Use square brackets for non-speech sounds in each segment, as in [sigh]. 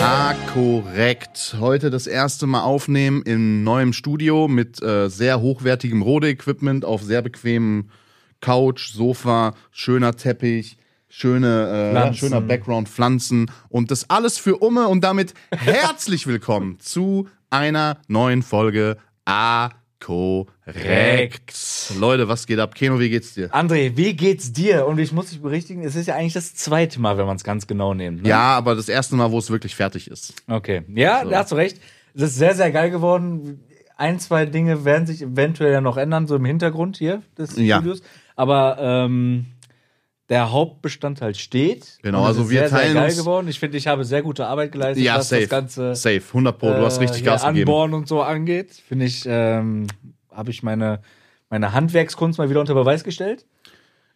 Ah, korrekt. Heute das erste Mal aufnehmen in neuem Studio mit äh, sehr hochwertigem Rode-Equipment auf sehr bequemem Couch, Sofa, schöner Teppich, schöne, äh, Pflanzen. schöner Background, Pflanzen und das alles für Umme und damit herzlich willkommen zu einer neuen Folge A korrekt. Leute, was geht ab? Keno, wie geht's dir? André, wie geht's dir? Und ich muss dich berichtigen, es ist ja eigentlich das zweite Mal, wenn man es ganz genau nimmt. Ne? Ja, aber das erste Mal, wo es wirklich fertig ist. Okay. Ja, da hast du recht. Es ist sehr, sehr geil geworden. Ein, zwei Dinge werden sich eventuell ja noch ändern, so im Hintergrund hier des Ja. Studios. Aber ähm, der Hauptbestandteil steht. Genau, Und es also ist wir sehr, teilen sehr geil uns- geworden. Ich finde, ich habe sehr gute Arbeit geleistet, Ja, was safe. das Ganze safe. 100 Pro, du hast äh, richtig hier Gas gegeben. Anbohren und so angeht. Finde ich, ähm, habe ich meine, meine Handwerkskunst mal wieder unter Beweis gestellt.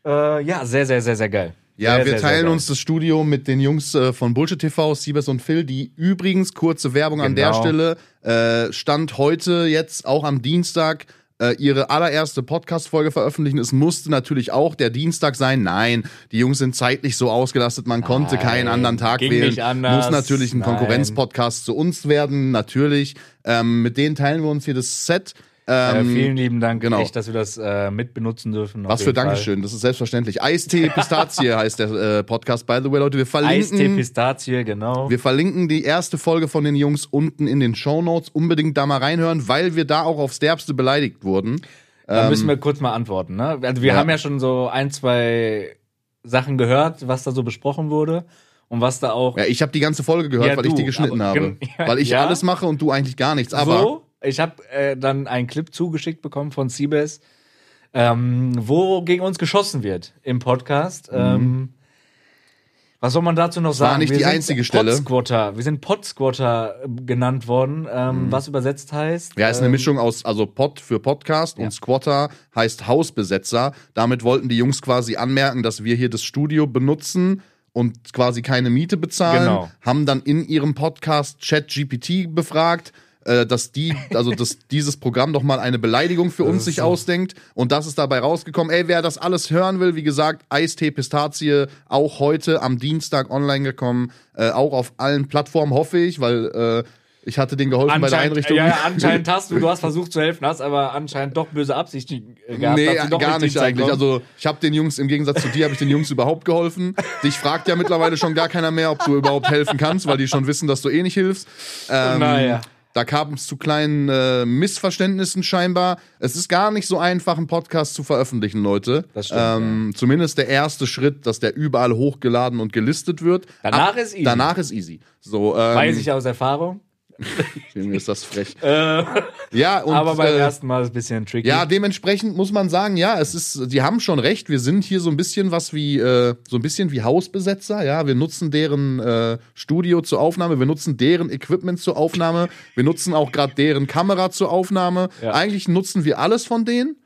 Äh, ja, sehr, sehr, sehr, sehr geil. Ja, sehr, wir sehr, sehr teilen geil. uns das Studio mit den Jungs äh, von Bullshit TV, Siebes und Phil, die übrigens kurze Werbung an der Genau. Stelle äh, stand heute jetzt auch am Dienstag äh, ihre allererste Podcast-Folge veröffentlichen. Es musste natürlich auch der Dienstag sein. Nein, die Jungs sind zeitlich so ausgelastet, man konnte Nein, keinen anderen Tag ging wählen. nicht anders. Muss natürlich ein Nein. Konkurrenz-Podcast zu uns werden, natürlich. Ähm, mit denen teilen wir uns hier das Set. Äh, Ähm, vielen lieben Dank, genau. echt, dass wir das äh, mitbenutzen dürfen. auf Was für jeden Fall. Dankeschön, das ist selbstverständlich. Eistee Pistazie [laughs] heißt der äh, Podcast. By the way, Leute, wir Eistee, verlinken, Pistazie, genau. wir verlinken die erste Folge von den Jungs unten in den Show Notes. Unbedingt da mal reinhören, weil wir da auch aufs Derbste beleidigt wurden. da müssen wir kurz mal antworten. Ne? Also wir ähm, ja. haben ja schon so ein, zwei Sachen gehört, was da so besprochen wurde und was da auch Ja, ich habe die ganze Folge gehört, Ja, weil ich du, die geschnitten aber- [laughs] habe. gen- ja, weil ich ja. alles mache und du eigentlich gar nichts. Aber so, ich habe äh, dann einen Clip zugeschickt bekommen von Siebes, ähm, wo gegen uns geschossen wird im Podcast. Ähm, was soll man dazu noch sagen? Mhm. war nicht wir die sind einzige Stelle. Podsquatter. Wir sind Podsquatter äh, genannt worden, ähm, was übersetzt heißt. Mhm. ja, ist eine ähm, Mischung aus, also Pod für Podcast und Squatter heißt Hausbesetzer. Damit wollten die Jungs quasi anmerken, dass wir hier das Studio benutzen und quasi keine Miete bezahlen. Genau. Haben dann in ihrem Podcast ChatGPT befragt, äh, dass die, also dass [laughs] dieses Programm doch mal eine Beleidigung für uns ist sich so. ausdenkt. Und das ist dabei rausgekommen. Ey, wer das alles hören will, wie gesagt, Eistee Pistazie auch heute am Dienstag online gekommen. Äh, auch auf allen Plattformen, hoffe ich, weil äh, ich hatte den geholfen bei der Anscheinend, Einrichtung. ja, ja, [laughs] anscheinend hast du, du hast versucht zu helfen, hast aber anscheinend doch böse Absichten äh, gehabt. hast du Nee, doch gar nicht Dienstag eigentlich. genommen. Also ich habe den Jungs, im Gegensatz zu dir, habe ich den Jungs überhaupt geholfen. Dich fragt ja mittlerweile schon gar keiner mehr, ob du überhaupt helfen kannst, weil die schon wissen, dass du eh nicht hilfst. Ähm, Naja. Da kam es zu kleinen äh, Missverständnissen scheinbar. Es ist gar nicht so einfach, einen Podcast zu veröffentlichen, Leute. Das stimmt, ähm, Zumindest der erste Schritt, dass der überall hochgeladen und gelistet wird. Danach ist easy. Danach ist easy. So, ähm, Weiß ich aus Erfahrung. Mir ist das frech. Äh, Ja, und, aber beim äh, ersten Mal ist es ein bisschen tricky. Ja, dementsprechend muss man sagen, ja, es ist, die haben schon recht. Wir sind hier so ein bisschen was wie, äh, so ein bisschen wie Hausbesetzer. Ja, wir nutzen deren äh, Studio zur Aufnahme, wir nutzen deren Equipment zur Aufnahme, wir nutzen auch gerade deren Kamera zur Aufnahme. Ja. Eigentlich nutzen wir alles von denen,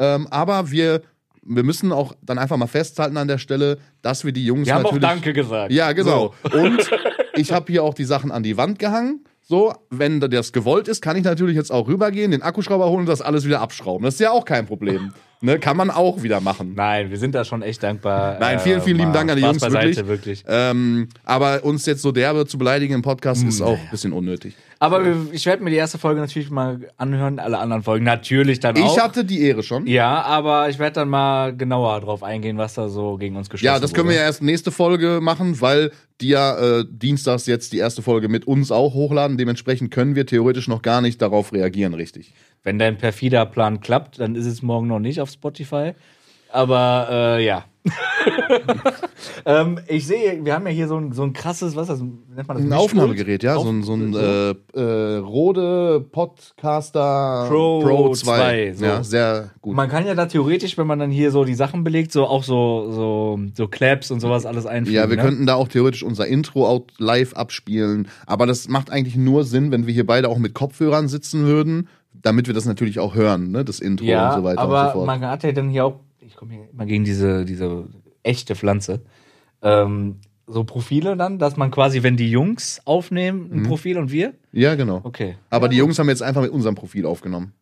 ähm, aber wir, wir müssen auch dann einfach mal festhalten an der Stelle, dass wir die Jungs wir haben auch natürlich. Danke gesagt. Ja, genau. [laughs] Und ich habe hier auch die Sachen an die Wand gehangen. So, wenn da das gewollt ist, kann ich natürlich jetzt auch rübergehen, den Akkuschrauber holen und das alles wieder abschrauben. Das ist ja auch kein [laughs] Problem. Ne, kann man auch wieder machen. Nein, wir sind da schon echt dankbar. Äh, Nein, vielen, vielen lieben mal Dank an die Spaß Jungs, Beiseite, wirklich. Ähm, aber uns jetzt so derbe zu beleidigen im Podcast Hm, ist auch ein bisschen unnötig. Aber wir- ich werde mir die erste Folge natürlich mal anhören, alle anderen Folgen natürlich dann auch. Ich hatte die Ehre schon. ja, aber ich werde dann mal genauer drauf eingehen, was da so gegen uns geschossen Ja, das können wir ja wurde. erst nächste Folge machen, weil die ja äh, dienstags jetzt die erste Folge mit uns auch hochladen. Dementsprechend können wir theoretisch noch gar nicht darauf reagieren, richtig. Wenn dein perfider Plan klappt, dann ist es morgen noch nicht auf Spotify. Aber äh, ja. [laughs] ähm, ich sehe, wir haben ja hier so ein, so ein krasses, was ist das nennt man das? Ein Mischpult? Aufnahmegerät, ja, so ein, so ein äh, äh, Rode Podcaster Pro 2. 2, so. Ja, sehr gut. Man kann ja da theoretisch, wenn man dann hier so die Sachen belegt, so auch so so so Claps und sowas alles einfügen. ja, wir ne? könnten da auch theoretisch unser Intro auch live abspielen, aber das macht eigentlich nur Sinn, wenn wir hier beide auch mit Kopfhörern sitzen würden, damit wir das natürlich auch hören, ne, das Intro ja, und so weiter aber und so fort. man hat ja dann hier auch, ich komme hier immer gegen diese, diese echte Pflanze, ähm, so Profile dann, dass man quasi, wenn die Jungs aufnehmen, ein Profil und wir, ja, genau. okay. Mhm. Aber ja. die Jungs haben jetzt einfach mit unserem Profil aufgenommen.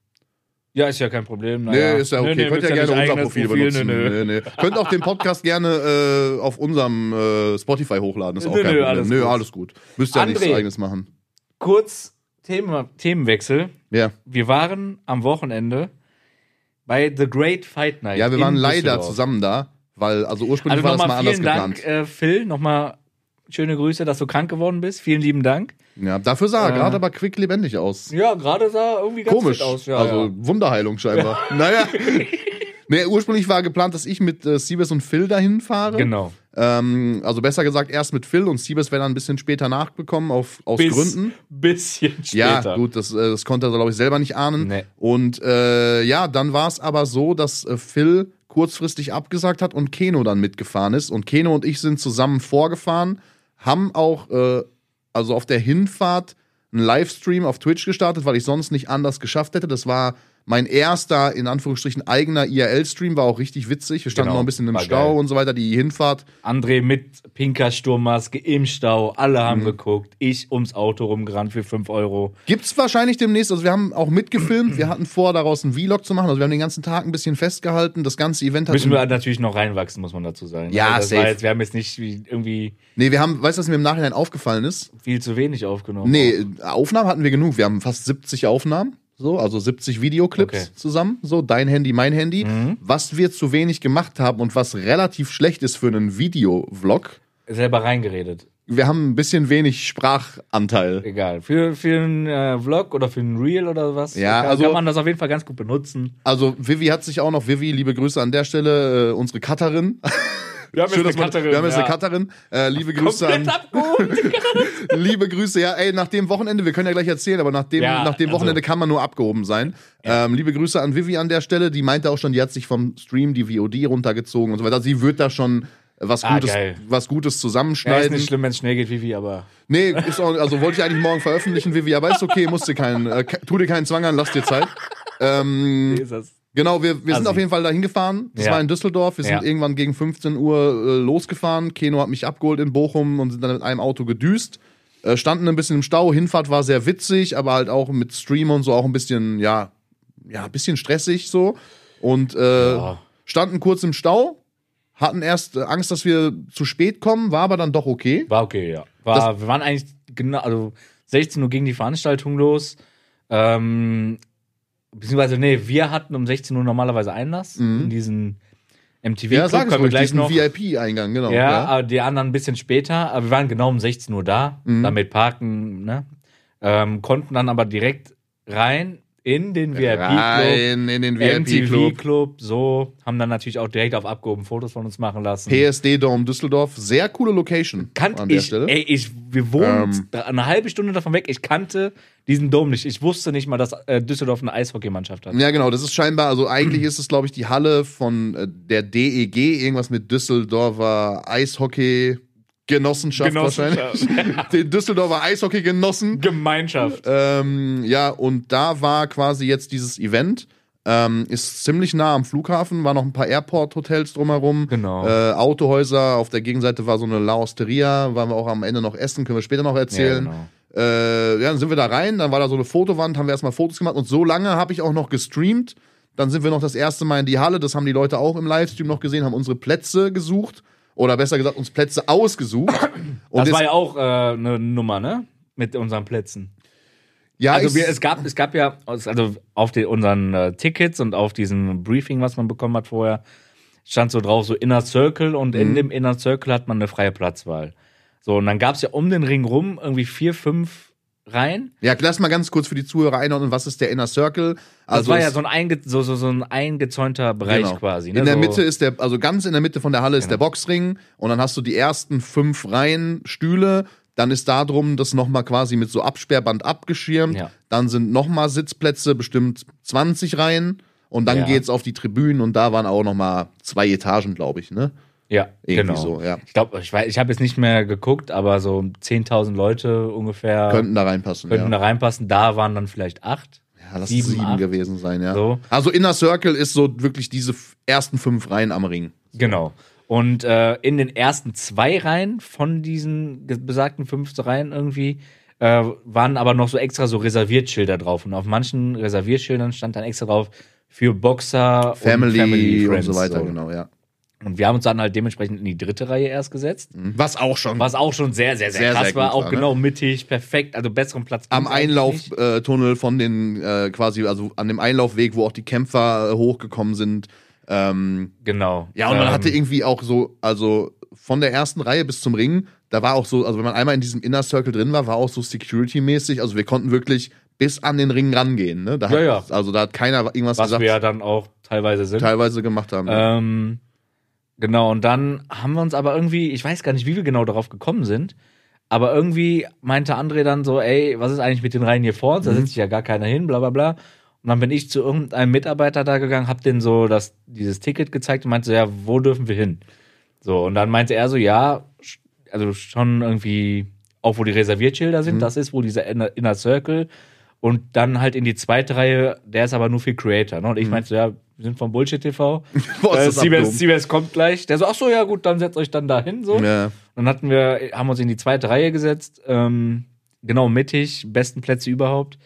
Ja, ist ja kein Problem. Nee, Naja. ist ja okay. Nö, nö, Könnt willst ihr ja nicht gerne unser eigenes Profil, Profil, benutzen. nö, nö. Könnt auch den Podcast gerne äh, auf unserem äh, Spotify hochladen, ist auch Nö, kein nö, Problem. alles nö, gut. alles gut. Müsst ja nichts André. eigenes machen. Kurz Thema, Themenwechsel. Ja. Wir waren am Wochenende bei The Great Fight Night. Ja, wir in waren leider Düsseldorf. zusammen da, weil also ursprünglich Also war das mal nochmal anders vielen geplant. Dank, äh, Phil. Nochmal schöne Grüße, dass du krank geworden bist. Vielen lieben Dank. Ja, dafür sah er Äh. gerade aber quick lebendig aus. Ja, gerade sah irgendwie ganz Komisch. also Wunderheilung scheinbar. [laughs] Naja. Nee, ursprünglich war geplant, dass ich mit äh, Siebes und Phil dahin fahre. Genau. Ähm, also besser gesagt, erst mit Phil und Siebes wäre dann ein bisschen später nachbekommen, auf, aus Bis- Gründen. Bisschen später. Ja, gut, das, äh, das konnte er, glaube ich, selber nicht ahnen. Nee. Und äh, ja, dann war es aber so, dass äh, Phil kurzfristig abgesagt hat und Keno dann mitgefahren ist. Und Keno und ich sind zusammen vorgefahren, haben auch, äh, also auf der Hinfahrt, einen Livestream auf Twitch gestartet, weil ich sonst nicht anders geschafft hätte. Das war mein erster, in Anführungsstrichen, eigener IRL-Stream, war auch richtig witzig. Wir standen Genau, noch ein bisschen im war Stau geil. und so weiter. Die Hinfahrt André mit pinker Sturmmaske im Stau. Alle Mhm. haben geguckt. Ich ums Auto rumgerannt für 5 Euro. Gibt's wahrscheinlich demnächst. Also wir haben auch mitgefilmt. Wir hatten vor, daraus einen Vlog zu machen. Also wir haben den ganzen Tag ein bisschen festgehalten. Das ganze Event hat. Müssen wir natürlich noch reinwachsen, muss man dazu sagen. Ja, Also das safe. war jetzt, wir haben jetzt nicht wie- irgendwie nee, wir haben, weißt du, was mir im Nachhinein aufgefallen ist? viel zu wenig aufgenommen. Nee, Aufnahmen hatten wir genug. Wir haben fast 70 Aufnahmen. So, also 70 Videoclips Okay. Mhm. zusammen. So, dein Handy, mein Handy. Was wir zu wenig gemacht haben und was relativ schlecht ist für einen Videovlog. Selber reingeredet. Wir haben ein bisschen wenig Sprachanteil. Egal. Für, für einen äh, Vlog oder für einen Reel oder was. Ja, kann, also- kann man das auf jeden Fall ganz gut benutzen. Also, Vivi hat sich auch noch, Vivi, liebe Grüße an der Stelle, äh, unsere Cutterin. Wir haben Schön, dass man, wir haben jetzt eine Cutterin. Äh, liebe Grüße an, Liebe Grüße, ja, ey, nach dem Wochenende, wir können ja gleich erzählen, aber nach dem, Ja, nach dem also- Wochenende kann man nur abgehoben sein. Ähm, liebe Grüße an Vivi an der Stelle, die meinte auch schon, die hat sich vom Stream die VOD runtergezogen und so weiter. Sie wird da schon was Ah, Gutes, geil. was Gutes Ja, ist zusammenschneiden. nicht schlimm, wenn es schnell geht, Vivi, aber. nee, ist auch, also wollte ich eigentlich morgen veröffentlichen, Vivi, aber ist okay, musst dir keinen, äh, ke- tu dir keinen Zwang an, lass dir Zeit. Ähm, Wie ist das? Genau, wir, wir sind Assi. auf jeden Fall dahin gefahren. Das Ja. war in Düsseldorf. Wir sind Ja. irgendwann gegen 15 Uhr äh, losgefahren. Keno hat mich abgeholt in Bochum und sind dann mit einem Auto gedüst. Äh, standen ein bisschen im Stau. Hinfahrt war sehr witzig, aber halt auch mit Stream und so auch ein bisschen, ja, ja, ein bisschen stressig so. Und äh, Ja. standen kurz im Stau, hatten erst äh, Angst, dass wir zu spät kommen, war aber dann doch okay. War okay, ja. War, wir waren eigentlich genau, also 16 Uhr ging die Veranstaltung los. Ähm, beziehungsweise, nee, wir hatten um 16 Uhr normalerweise Einlass Mhm. in diesen MTV. Ja, sag es Club, können wir ruhig, gleich diesen noch. VIP-Eingang, genau. ja, ah, aber die anderen ein bisschen später. Aber wir waren genau um 16 Uhr da, Mhm. damit parken, ne? Ähm, konnten dann aber direkt rein in den VIP-Club. Rein in den VIP-Club. MTV-Club, so, haben dann natürlich auch direkt auf abgehoben Fotos von uns machen lassen. PSD Dome Düsseldorf, sehr coole Location kannte an der ich, Stelle. ey, ich, wir wohnen Ähm. da- eine halbe Stunde davon weg. Ich kannte diesen Dom nicht. Ich wusste nicht mal, dass äh, Düsseldorf eine Eishockeymannschaft hat. Ja, genau, das ist scheinbar, also eigentlich ist es, glaube ich, die Halle von äh, der DEG, irgendwas mit Düsseldorfer Eishockey. Genossenschaft, wahrscheinlich. [laughs] Den Düsseldorfer Eishockey-Genossen. Gemeinschaft. Ähm, ja, und da war quasi jetzt dieses Event. Ähm, ist ziemlich nah am Flughafen, war noch ein paar Airport-Hotels drumherum. Genau. Äh, Autohäuser, auf der Gegenseite war so eine La Osteria, waren wir auch am Ende noch essen, können wir später noch erzählen. Ja, genau. Äh, ja, dann sind wir da rein, dann war da so eine Fotowand, haben wir erstmal Fotos gemacht und so lange habe ich auch noch gestreamt. Dann sind wir noch das erste Mal in die Halle, das haben die Leute auch im Livestream noch gesehen, haben unsere Plätze gesucht oder besser gesagt uns Plätze ausgesucht. Und das jetzt- war ja auch äh, eine Nummer, ne? Mit unseren Plätzen. ja, Also ich- wir, es, gab, es gab ja, also auf den, unseren äh, Tickets und auf diesem Briefing, was man bekommen hat vorher, stand so drauf, so Inner Circle und Mhm. in dem Inner Circle hat man eine freie Platzwahl. So, und dann gab es ja um den Ring rum irgendwie vier, fünf Reihen. ja, lass mal ganz kurz für die Zuhörer einordnen, was ist der Inner Circle? Das Also war ja es- so ein, einge so, so, so ein eingezäunter Bereich Genau. quasi. Ne? In der so, Mitte ist der, also ganz in der Mitte von der Halle ist Genau. der Boxring und dann hast du die ersten fünf Reihen Stühle. Dann ist da drum das nochmal quasi mit so Absperrband abgeschirmt. Ja. Dann sind nochmal Sitzplätze, bestimmt 20 Reihen. Und dann Ja. geht's auf die Tribünen und da waren auch nochmal zwei Etagen, glaube ich, ne? ja, Irgendwie genau. so, ja. Ich glaube, ich, weiß- ich habe jetzt nicht mehr geguckt, aber so 10.000 Leute ungefähr Könnten da reinpassen. könnten ja. da reinpassen. Da waren dann vielleicht acht. ja, lass sieben, sieben acht. gewesen sein, ja. So. Also Inner Circle ist so wirklich diese f- ersten fünf Reihen am Ring. Genau. Und äh, in den ersten zwei Reihen von diesen ge- besagten fünf Reihen irgendwie äh, waren aber noch so extra so Reserviertschilder drauf. Und auf manchen Reservierschildern stand dann extra drauf für Boxer Family, und, Family und Friends, so weiter, genau, ja. Und wir haben uns dann halt dementsprechend in die dritte Reihe erst gesetzt. Was auch schon Mhm. Was auch schon sehr, sehr, sehr, Sehr, krass sehr gut war. Auch war, ne? genau mittig, perfekt. Also besseren Platz. am ging's eigentlich nicht. Einlauftunnel von den äh, quasi, also an dem Einlaufweg, wo auch die Kämpfer äh, hochgekommen sind. Ähm, Genau. ja, und man Ähm, hatte irgendwie auch so, also von der ersten Reihe bis zum Ring, da war auch so, also wenn man einmal in diesem Inner Circle drin war, war auch so Security-mäßig, also wir konnten wirklich bis an den Ring rangehen, ne? Da Ja, hat, Also da hat keiner irgendwas was gesagt, wir ja dann auch teilweise sind. teilweise gemacht haben. Ähm, genau, und dann haben wir uns aber irgendwie, ich weiß gar nicht, wie wir genau darauf gekommen sind, aber irgendwie meinte André dann so, ey, was ist eigentlich mit den Reihen hier vor uns? Da sitzt sich ja gar keiner hin, bla bla bla. Und dann bin ich zu irgendeinem Mitarbeiter da gegangen, hab den so das, dieses Ticket gezeigt und meinte so, ja, wo dürfen wir hin? So, und dann meinte er so, ja, sch- also schon irgendwie, auch wo die Reserviertschilder sind, das ist wo dieser Inner, Inner Circle. Und dann halt in die zweite Reihe, der ist aber nur für Creator. Ne? Und ich meinte so, ja, wir sind von Bullshit TV. [laughs] Boah, ist äh, das CBS, abgehoben. CBS kommt gleich. Der so, ach so, ja gut, dann setzt euch dann da hin. So. ja. Dann hatten wir, haben uns in die zweite Reihe gesetzt, ähm, genau mittig, besten Plätze überhaupt.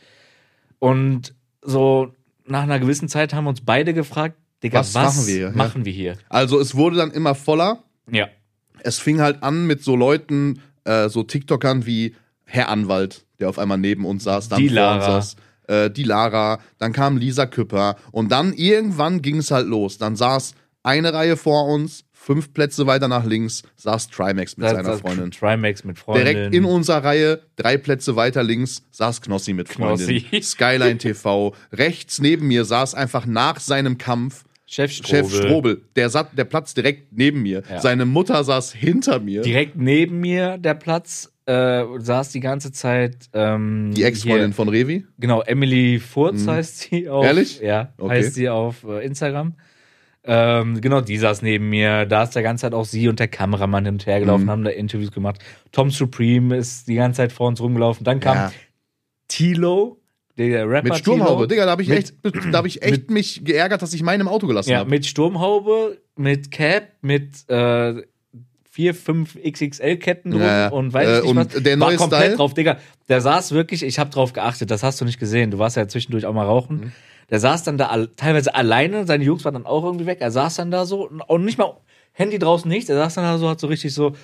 Und so nach einer gewissen Zeit haben wir uns beide gefragt, Digga, was, Was machen wir hier? machen wir hier? Also es wurde dann immer voller. Ja. es fing halt an mit so Leuten, äh, so TikTokern wie Herr Anwalt, der auf einmal neben uns saß, dann Die vor uns Lara. saß. Äh, die Lara, dann kam Lisa Küpper und dann irgendwann ging es halt los. Dann saß eine Reihe vor uns, fünf Plätze weiter nach links, saß Trimax mit Da- seiner da- Freundin. Trimax mit Freundin. Direkt in unserer Reihe, drei Plätze weiter links, saß Knossi mit Freundin. Knossi. Skyline TV. Rechts neben mir saß einfach nach seinem Kampf Chef Strobel. Chef Strobel. Der, sat, der Platz direkt neben mir. Ja. Seine Mutter saß hinter mir. Direkt neben mir der Platz äh, saß die ganze Zeit ähm, Die Ex-Freundin von Revi? hier- Genau, Emily Furz heißt sie auf. Mhm. Ehrlich? Ja, Okay. heißt sie auf äh, Instagram. Ähm, genau, die saß neben mir. Da ist der ganze Zeit auch sie und der Kameramann hin und her gelaufen, Mhm. haben da Interviews gemacht. Tom Supreme ist die ganze Zeit vor uns rumgelaufen. Dann kam Ja. Tilo, der Rapper. Mit Sturmhaube, Tilo. Digga, da habe ich Mit- echt, da hab ich echt mich geärgert, dass ich meinen im Auto gelassen Ja, habe. mit Sturmhaube, mit Cap, mit äh, vier, fünf XXL-Ketten drum Ja, ja. und weiß Äh, ich nicht und was. der war neue komplett Style? drauf, Digga. Der saß wirklich, ich hab drauf geachtet, das hast du nicht gesehen. Du warst ja zwischendurch auch mal rauchen. Mhm. Der saß dann da al- teilweise alleine, seine Jungs waren dann auch irgendwie weg. Er saß dann da so und- und nicht mal Handy draußen nichts. Er saß dann da so, hat so richtig so,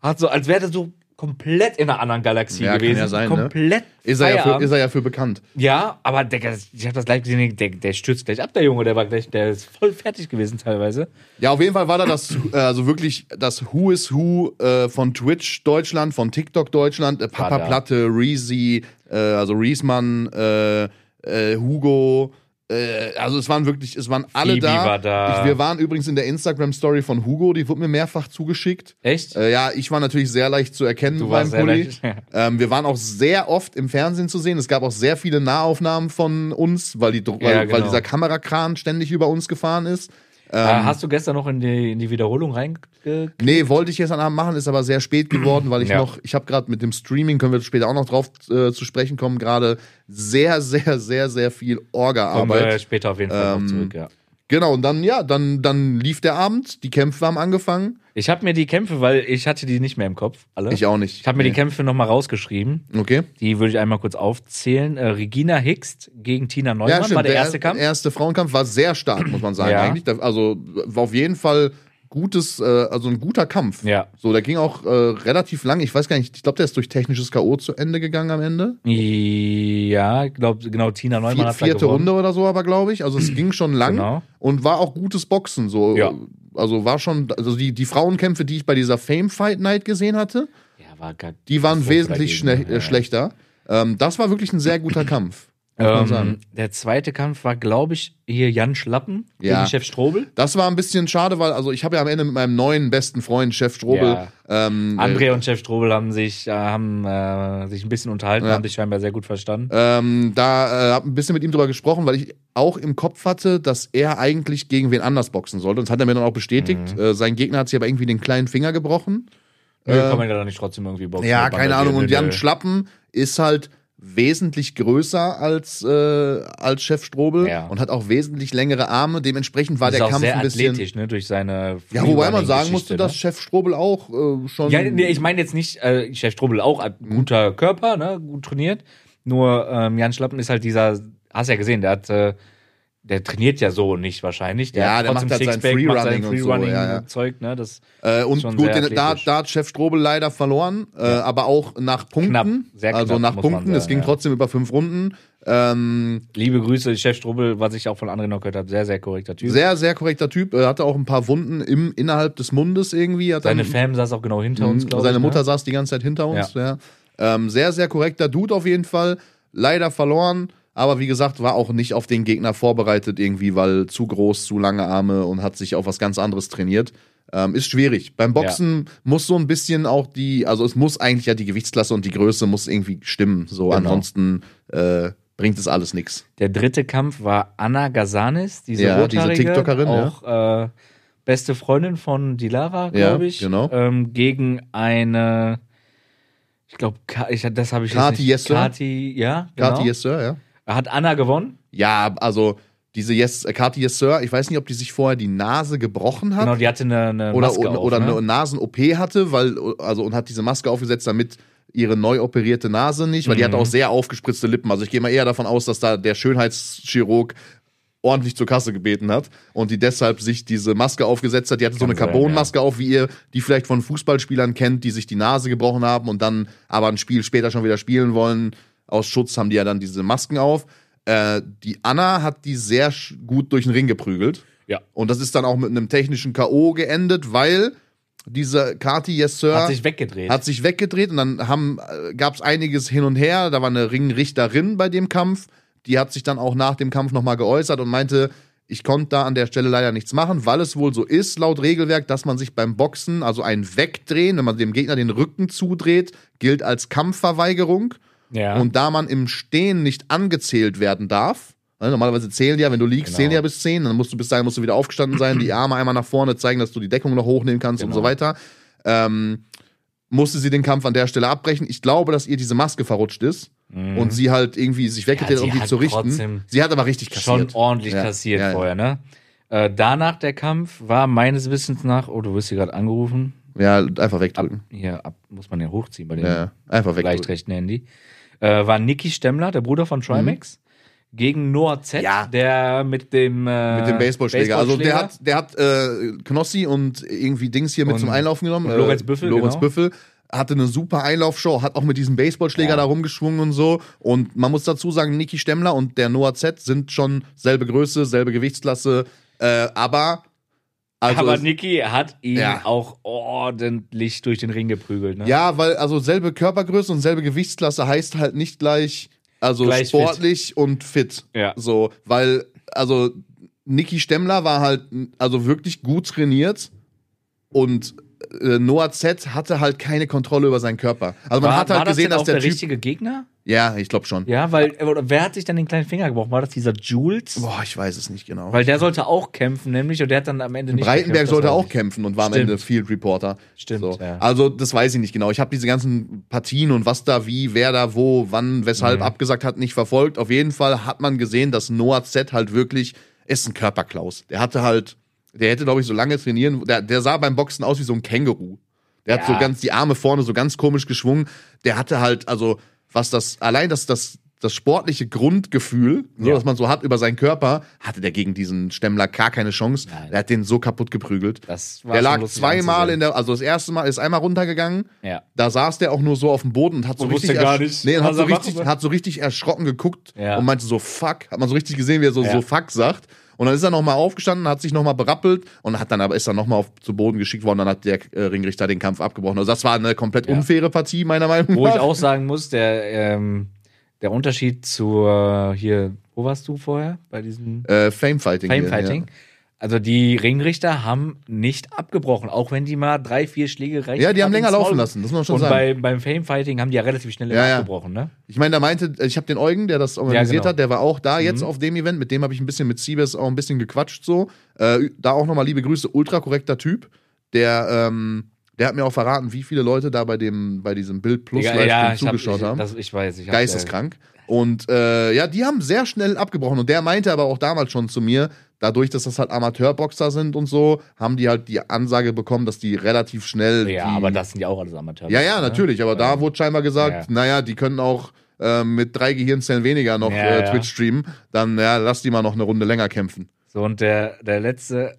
hat so, als wäre der so komplett in einer anderen Galaxie Ja, kann gewesen. ja sein, ne? komplett. Ist er, ja für, Feierabend. ist er ja für bekannt. Ja, aber der, ich habe das live gesehen, der, der stürzt gleich ab, der Junge, der war gleich, der ist voll fertig gewesen teilweise. Ja, auf jeden Fall war da das, äh, also wirklich das Who is Who äh, von Twitch Deutschland, von TikTok Deutschland, äh, Papa War da. Platte, Reezy, äh, also Reesmann, äh, äh, Hugo. äh, Also es waren wirklich, es waren alle Phoebe da. war da. Ich, wir waren übrigens in der Instagram-Story von Hugo, die wurde mir mehrfach zugeschickt. Echt? Äh, ja, ich war natürlich sehr leicht zu erkennen Du beim warst sehr Pulli. leicht, [laughs] ja. Ähm, wir waren auch sehr oft im Fernsehen zu sehen. Es gab auch sehr viele Nahaufnahmen von uns, weil, die, Dro- Ja, weil, weil genau. dieser Kamerakran ständig über uns gefahren ist. Ähm, Äh, Hast du gestern noch in die, in die Wiederholung reinge... Nee, wollte ich gestern Abend machen, ist aber sehr spät geworden, weil ich Ja. noch, ich habe gerade mit dem Streaming, können wir später auch noch drauf äh, zu sprechen kommen, gerade sehr, sehr, sehr, sehr viel Kommen wir Orga-Arbeit. Äh, später auf jeden Fall Ähm, noch zurück, ja. Genau, und dann, ja, dann, dann lief der Abend, die Kämpfe haben angefangen. Ich habe mir die Kämpfe, weil ich hatte die nicht mehr im Kopf, alle. Ich auch nicht. Ich habe mir die Nee. Kämpfe nochmal rausgeschrieben. Okay. Die würde ich einmal kurz aufzählen. Äh, Regina Hickst gegen Tina Neumann war der, erste Kampf. Der erste Frauenkampf war sehr stark, muss man sagen, Ja. eigentlich. Da- Also war auf jeden Fall gutes, äh, also ein guter Kampf. Ja. So, der ging auch äh, relativ lang. Ich weiß gar nicht, ich glaube, der ist durch technisches K.O. zu Ende gegangen am Ende. ja, ich glaube, genau, Tina Neumann Vier, hat da vierte gewonnen. Runde oder so, aber glaube ich. Also es ging schon lang Genau. und war auch gutes Boxen. So. Ja. Also war schon, also die, die Frauenkämpfe, die ich bei dieser Fame Fight Night gesehen hatte, Ja, war gar die waren Vor- wesentlich dagegen, schle ja. äh, schlechter. Ähm, das war wirklich ein sehr guter Kampf. Muss man sagen. Ähm, der zweite Kampf war, glaube ich, hier Jan Schlappen Ja. gegen Chef Strobel. Das war ein bisschen schade, weil also ich habe ja am Ende mit meinem neuen besten Freund Chef Strobel ähm, äh, André und Chef Strobel haben sich, äh, haben, äh, sich ein bisschen unterhalten, Ja. haben sich scheinbar sehr gut verstanden. ähm, da äh, hab ein bisschen mit ihm drüber gesprochen, weil ich auch im Kopf hatte, dass er eigentlich gegen wen anders boxen sollte. Und das hat er mir dann auch bestätigt. Mhm. Äh, sein Gegner hat sich aber irgendwie den kleinen Finger gebrochen. Nö, kann man ja dann nicht trotzdem irgendwie boxen. Äh, Ja, Bandagieren, keine Ahnung. Und nö, Jan nö. Schlappen ist halt wesentlich größer als, äh, als Chef Strobel Ja. und hat auch wesentlich längere Arme. Dementsprechend war ist der auch Kampf sehr ein bisschen. athletisch, ne, durch seine Ja, wobei man sagen Freerunning-Geschichte, musste, dass Chef Strobel auch äh, schon. ne? Hm. Ja, nee, ich meine jetzt nicht, äh, Chef Strubbel auch, äh, guter Körper, ne, gut trainiert. Nur ähm, Jan Schlappen ist halt dieser, hast ja gesehen, der hat, äh, der trainiert ja so nicht wahrscheinlich. Ja, hat der trotzdem macht halt sein Sixpack, macht sein Freerunning und so, ja, ja. Zeug, ne, das Äh, und Schon gut, sehr den, da, athletisch. da hat Chef Strobel leider verloren, äh, aber auch nach Punkten. Knapp, sehr also knapp, nach muss man Punkten, sagen, es ging ja. trotzdem über fünf Runden. Ähm, liebe Grüße, Chef Strubbel, was ich auch von anderen noch gehört habe, sehr, sehr korrekter Typ. sehr, sehr korrekter Typ. Er hatte auch ein paar Wunden im, innerhalb des Mundes irgendwie. Hat seine dann- Fam saß auch genau hinter Mhm, uns, glaube ich. Seine Mutter ne? saß die ganze Zeit hinter uns. Ja. Ähm, sehr, sehr korrekter Dude auf jeden Fall. Leider verloren, aber wie gesagt, war auch nicht auf den Gegner vorbereitet irgendwie, weil zu groß, zu lange Arme und hat sich auf was ganz anderes trainiert. Ähm, ist schwierig. Beim Boxen muss so ein bisschen auch die, also es muss eigentlich ja die Gewichtsklasse und die Größe muss irgendwie stimmen. So, Genau. ansonsten äh, bringt es alles nichts. Der dritte Kampf war Anna Gazanis, diese Ja, diese rothaarige, TikTokerin, ja. auch äh, beste Freundin von Dilara, glaube Ja, ich, genau. ähm, gegen eine, ich glaube, ich, das habe ich Kati Yes, jetzt nicht. Sir? Kati, ja, genau. Kati Yes Sir, ja. Hat Anna gewonnen? Ja, also diese yes, äh, Kati Yes Sir, ich weiß nicht, ob die sich vorher die Nase gebrochen hat. Genau, die hatte eine, eine oder, Maske oder, auf, oder ne? eine Nasen-OP hatte, weil, also und hat diese Maske aufgesetzt, damit ihre neu operierte Nase nicht, weil die Mhm. hat auch sehr aufgespritzte Lippen. Also ich gehe mal eher davon aus, dass da der Schönheitschirurg ordentlich zur Kasse gebeten hat und die deshalb sich diese Maske aufgesetzt hat. Die hatte so Kann eine sein, Carbonmaske auf, wie ihr die vielleicht von Fußballspielern kennt, die sich die Nase gebrochen haben und dann aber ein Spiel später schon wieder spielen wollen. Aus Schutz haben die ja dann diese Masken auf. Äh, die Anna hat die sehr sch- gut durch den Ring geprügelt. Ja. Und das ist dann auch mit einem technischen K.O. geendet, weil diese Kati Yes Sir Hat sich weggedreht. hat sich weggedreht und dann haben, äh, gab's einiges hin und her. Da war eine Ringrichterin bei dem Kampf. Die hat sich dann auch nach dem Kampf nochmal geäußert und meinte, ich konnte da an der Stelle leider nichts machen, weil es wohl so ist, laut Regelwerk, dass man sich beim Boxen, also ein Wegdrehen, wenn man dem Gegner den Rücken zudreht, gilt als Kampfverweigerung. ja. Und da man im Stehen nicht angezählt werden darf, ne, normalerweise zählen die ja, wenn du liegst, Genau. zählen die ja bis 10, dann musst du bis dahin musst du wieder aufgestanden sein, [clears throat] die Arme einmal nach vorne zeigen, dass du die Deckung noch hochnehmen kannst und Genau. so weiter. Ähm, musste sie den Kampf an der Stelle abbrechen. Ich glaube, dass ihr diese Maske verrutscht ist Mhm. und sie halt irgendwie sich weggedreht, Ja, sie um die hat zu richten. trotzdem Sie hat aber richtig schon kassiert. ordentlich Ja, kassiert ja, ja. vorher, ne? Äh, danach der Kampf war meines Wissens nach, oh, du wirst hier gerade angerufen. Ja, einfach wegdrücken. Hier ab, muss man den hochziehen bei dem Ja, einfach leicht wegdrücken. rechten Handy. Äh, war Niki Stemmler, der Bruder von Trimax, gegen Noah Z, Mhm. Ja. der mit dem, äh, Mit dem Baseballschläger. Also der Baseballschläger- hat, der hat äh, Knossi und irgendwie Dings hier mit Und- zum Einlaufen genommen. und Lorenz äh, Büffel, Lorenz genau. Büffel hatte eine super Einlaufshow, hat auch mit diesem Baseballschläger Ja. da rumgeschwungen und so. Und man muss dazu sagen, Niki Stemmler und der Noah Z sind schon selbe Größe, selbe Gewichtsklasse, äh, aber also aber Niki hat ihn Ja. auch ordentlich durch den Ring geprügelt. Ne? Ja, weil also selbe Körpergröße und selbe Gewichtsklasse heißt halt nicht gleich, also Gleich sportlich und fit. Ja. So, weil, also Niki Stemmler war halt also wirklich gut trainiert und äh, Noah Z hatte halt keine Kontrolle über seinen Körper. Also man war, hat halt war das gesehen, denn dass auch der, der, Typ. richtige Gegner? Ja, ich glaube schon. Ja, weil äh, oder wer hat sich dann den kleinen Finger gebrochen? War das dieser Jules? Boah, ich weiß es nicht genau. Weil der sollte auch kämpfen, nämlich, und der hat dann am Ende nicht. Breitenberg gekämpft, das sollte weiß auch ich. kämpfen und war am Stimmt. Ende Field Reporter. Stimmt, So. ja. Also, das weiß ich nicht genau. Ich habe diese ganzen Partien und was da, wie, wer da, wo, wann, weshalb Mhm. abgesagt hat, nicht verfolgt. Auf jeden Fall hat man gesehen, dass Noah Z halt wirklich ist ein Körperklaus. Der hatte halt, der hätte, glaube ich, so lange trainieren, der, der sah beim Boxen aus wie so ein Känguru. Der hat Ja. so ganz die Arme vorne so ganz komisch geschwungen. Der hatte halt, also, was das, allein das, das, das sportliche Grundgefühl, so, Ja. dass man so hat über seinen Körper, hatte der gegen diesen Stemmler gar keine Chance. Nein. Der hat den so kaputt geprügelt. Das war Der schon lag lustig zweimal anzusehen. in der, also das erste Mal ist einmal runtergegangen. Ja. Da saß der auch nur so auf dem Boden und hat so Und richtig, wusste gar ersch- nicht, nee, und was hat, so er machen richtig soll. hat so richtig erschrocken geguckt Ja. und meinte so Fuck, hat man so richtig gesehen, wie er so, Ja. so Fuck sagt. Und dann ist er nochmal aufgestanden, hat sich nochmal berappelt und hat dann aber ist dann nochmal zu Boden geschickt worden. Dann hat der äh, Ringrichter den Kampf abgebrochen. Also das war eine komplett Ja. unfaire Partie meiner Meinung nach. [laughs] Wo ich auch sagen muss, der, ähm, der Unterschied zur hier, wo warst du vorher? Bei diesem äh, Famefighting. hier, Famefighting? Also die Ringrichter haben nicht abgebrochen, auch wenn die mal drei, vier Schläge reichen. Ja, ja die haben hat länger ins Maul. laufen lassen. Das muss man schon Und sagen. bei, beim Famefighting haben die ja relativ schnell Ja, ja. abgebrochen, ne? Ich meine, da meinte, äh, ich habe den Eugen, der das organisiert Ja, genau. hat, der war auch da jetzt auf dem Event. Mit dem habe ich ein bisschen mit Siebes auch ein bisschen gequatscht so. Äh, da auch nochmal liebe Grüße, ultra korrekter Typ. Der, ähm, Der hat mir auch verraten, wie viele Leute da bei dem, bei diesem Bild Plus Livestream ich hab- zugeschaut ich, haben. Das, ich weiß, ich hab's, äh, Geisteskrank. Und äh, ja, die haben sehr schnell abgebrochen. Und der meinte aber auch damals schon zu mir, dadurch, dass das halt Amateurboxer sind und so, haben die halt die Ansage bekommen, dass die relativ schnell. Ja, die, aber das sind ja auch alles Amateure. Ne? Ja, ja, natürlich. Aber da wurde scheinbar gesagt, naja, die können auch äh, mit drei Gehirnzellen weniger noch Ja, äh, ja. Twitch streamen. Dann ja, lass die mal noch eine Runde länger kämpfen. So, und der, der letzte.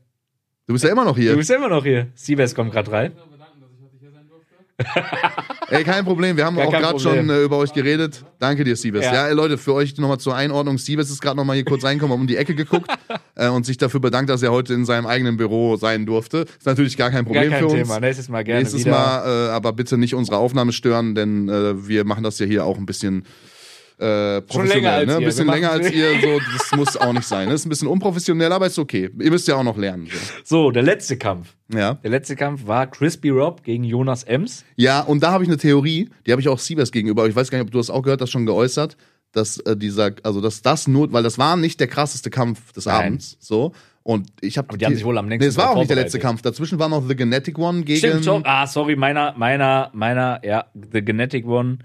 Du bist ja immer noch hier. Du bist immer noch hier. Siebes kommt gerade rein. Ich bedanken, dass ich heute hier sein durfte. Ey, kein Problem. Wir haben Gar auch kein gerade Problem. schon äh, über euch geredet. Danke dir, Siebes. Ja, Ja. ey, Leute, für euch nochmal zur Einordnung. Siebes ist gerade nochmal hier kurz reinkommen, um die Ecke [laughs] geguckt äh, und sich dafür bedankt, dass er heute in seinem eigenen Büro sein durfte. Ist natürlich gar kein Gar Problem kein für uns. Thema. Nächstes Mal gerne Nächstes wieder. Mal, äh, aber bitte nicht unsere Aufnahme stören, denn äh, wir machen das ja hier auch ein bisschen äh, länger professionell. als Ne? Ein ihr. bisschen Wir länger machen- als ihr. So, das muss auch nicht sein. ne? Ist ein bisschen unprofessionell, aber ist okay. Ihr müsst ja auch noch lernen. So. So, der letzte Kampf. Ja. Der letzte Kampf war Crispy Rob gegen Jonas Ems. Ja, und da habe ich eine Theorie, die habe ich auch Siebers gegenüber, ich weiß gar nicht, ob du das auch gehört hast, schon geäußert, dass äh, dieser, also dass das nur, weil das war nicht der krasseste Kampf des Nein. Abends, so. Und ich habe. Aber die haben sich wohl am längsten Nee, es war drauf auch nicht der vorbereitet. letzte Kampf. Dazwischen war noch The Genetic One gegen. Stimmt schon. Ah, sorry, meiner, meiner, meiner, ja, The Genetic One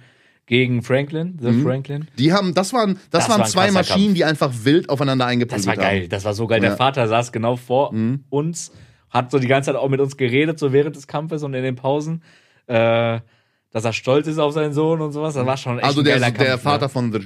gegen Franklin, Mhm. The Franklin. Die haben, das waren, das, Das waren war ein zwei krasser Maschinen, Kampf. die einfach wild aufeinander Das eingeprügelt war haben. geil, das war so geil. Ja. Mhm. Der Vater saß genau vor uns, hat so die ganze Zeit auch mit uns geredet, so während des Kampfes und in den Pausen, äh, dass er stolz ist auf seinen Sohn und sowas. Das war schon echt Also ein der, geiler der Kampf, Vater ne? von The,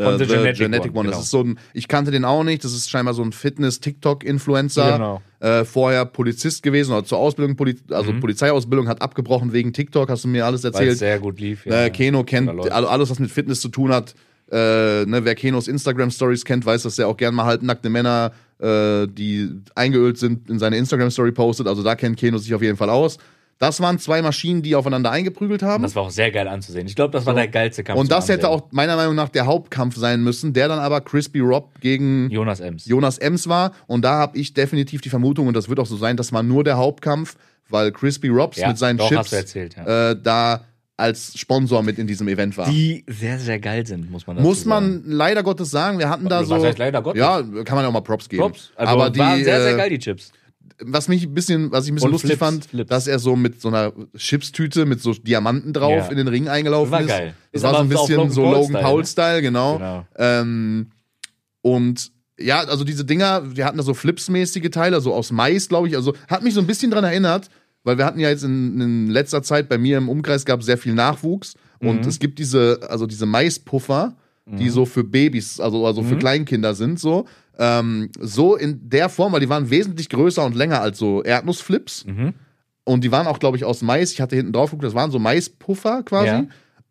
äh, Von the, The Genetic, Genetic One. One, Das genau. ist so ein, ich kannte den auch nicht. Das ist scheinbar so ein Fitness-TikTok-Influencer. Genau. Mhm. Äh, vorher Polizist gewesen oder zur Ausbildung, Poli also Polizeiausbildung, hat abgebrochen wegen TikTok, hast du mir alles Weil es erzählt. sehr gut lief. ja. Äh, Keno kennt Oder Leute. also alles, was mit Fitness zu tun hat. Äh, ne, wer Kenos Instagram-Stories kennt, weiß, dass er auch gern mal halbnackte Männer, äh, die eingeölt sind, in seine Instagram-Story postet. Also da kennt Keno sich auf jeden Fall aus. Das waren zwei Maschinen, die aufeinander eingeprügelt haben. Das war auch sehr geil anzusehen. Ich glaube, das war der geilste Kampf. Und zum das hätte Ansehen. auch meiner Meinung nach der Hauptkampf sein müssen, der dann aber Crispy Rob gegen Jonas Ems. Jonas Ems war. Und da habe ich definitiv die Vermutung, und das wird auch so sein, das war nur der Hauptkampf, weil Crispy Robs Ja, mit seinen doch, Chips hast du erzählt, äh, da als Sponsor mit in diesem Event war. die sehr, sehr geil sind, muss man dazu Muss sagen. Also, man leider Gottes sagen, wir hatten da Was so. heißt leider Gottes? Ja, kann man ja auch mal Props geben. Props. Also aber die, waren sehr, sehr äh, geil, die Chips. was mich ein bisschen, was ich ein bisschen Und lustig Flips, fand, Flips. dass er so mit so einer Chipstüte mit so Diamanten drauf Ja. in den Ring eingelaufen War ist. geil. Das Ist war so aber ein so auf bisschen Logan so Paul Logan Style, ne? Paul Style, genau. Genau. Ähm, und ja, also diese Dinger, wir hatten da so Flips-mäßige Teile, so aus Mais, glaube ich. Also hat mich so ein bisschen dran erinnert, weil wir hatten ja jetzt in, in letzter Zeit bei mir im Umkreis gab sehr viel Nachwuchs und Mhm. es gibt diese, also diese Maispuffer, die so für Babys, also, also Mhm. für Kleinkinder sind, so. Ähm, so in der Form, weil die waren wesentlich größer und länger als so Erdnussflips. Mhm. Und die waren auch, glaube ich, aus Mais. Ich hatte hinten drauf geguckt, das waren so Maispuffer quasi. Ja.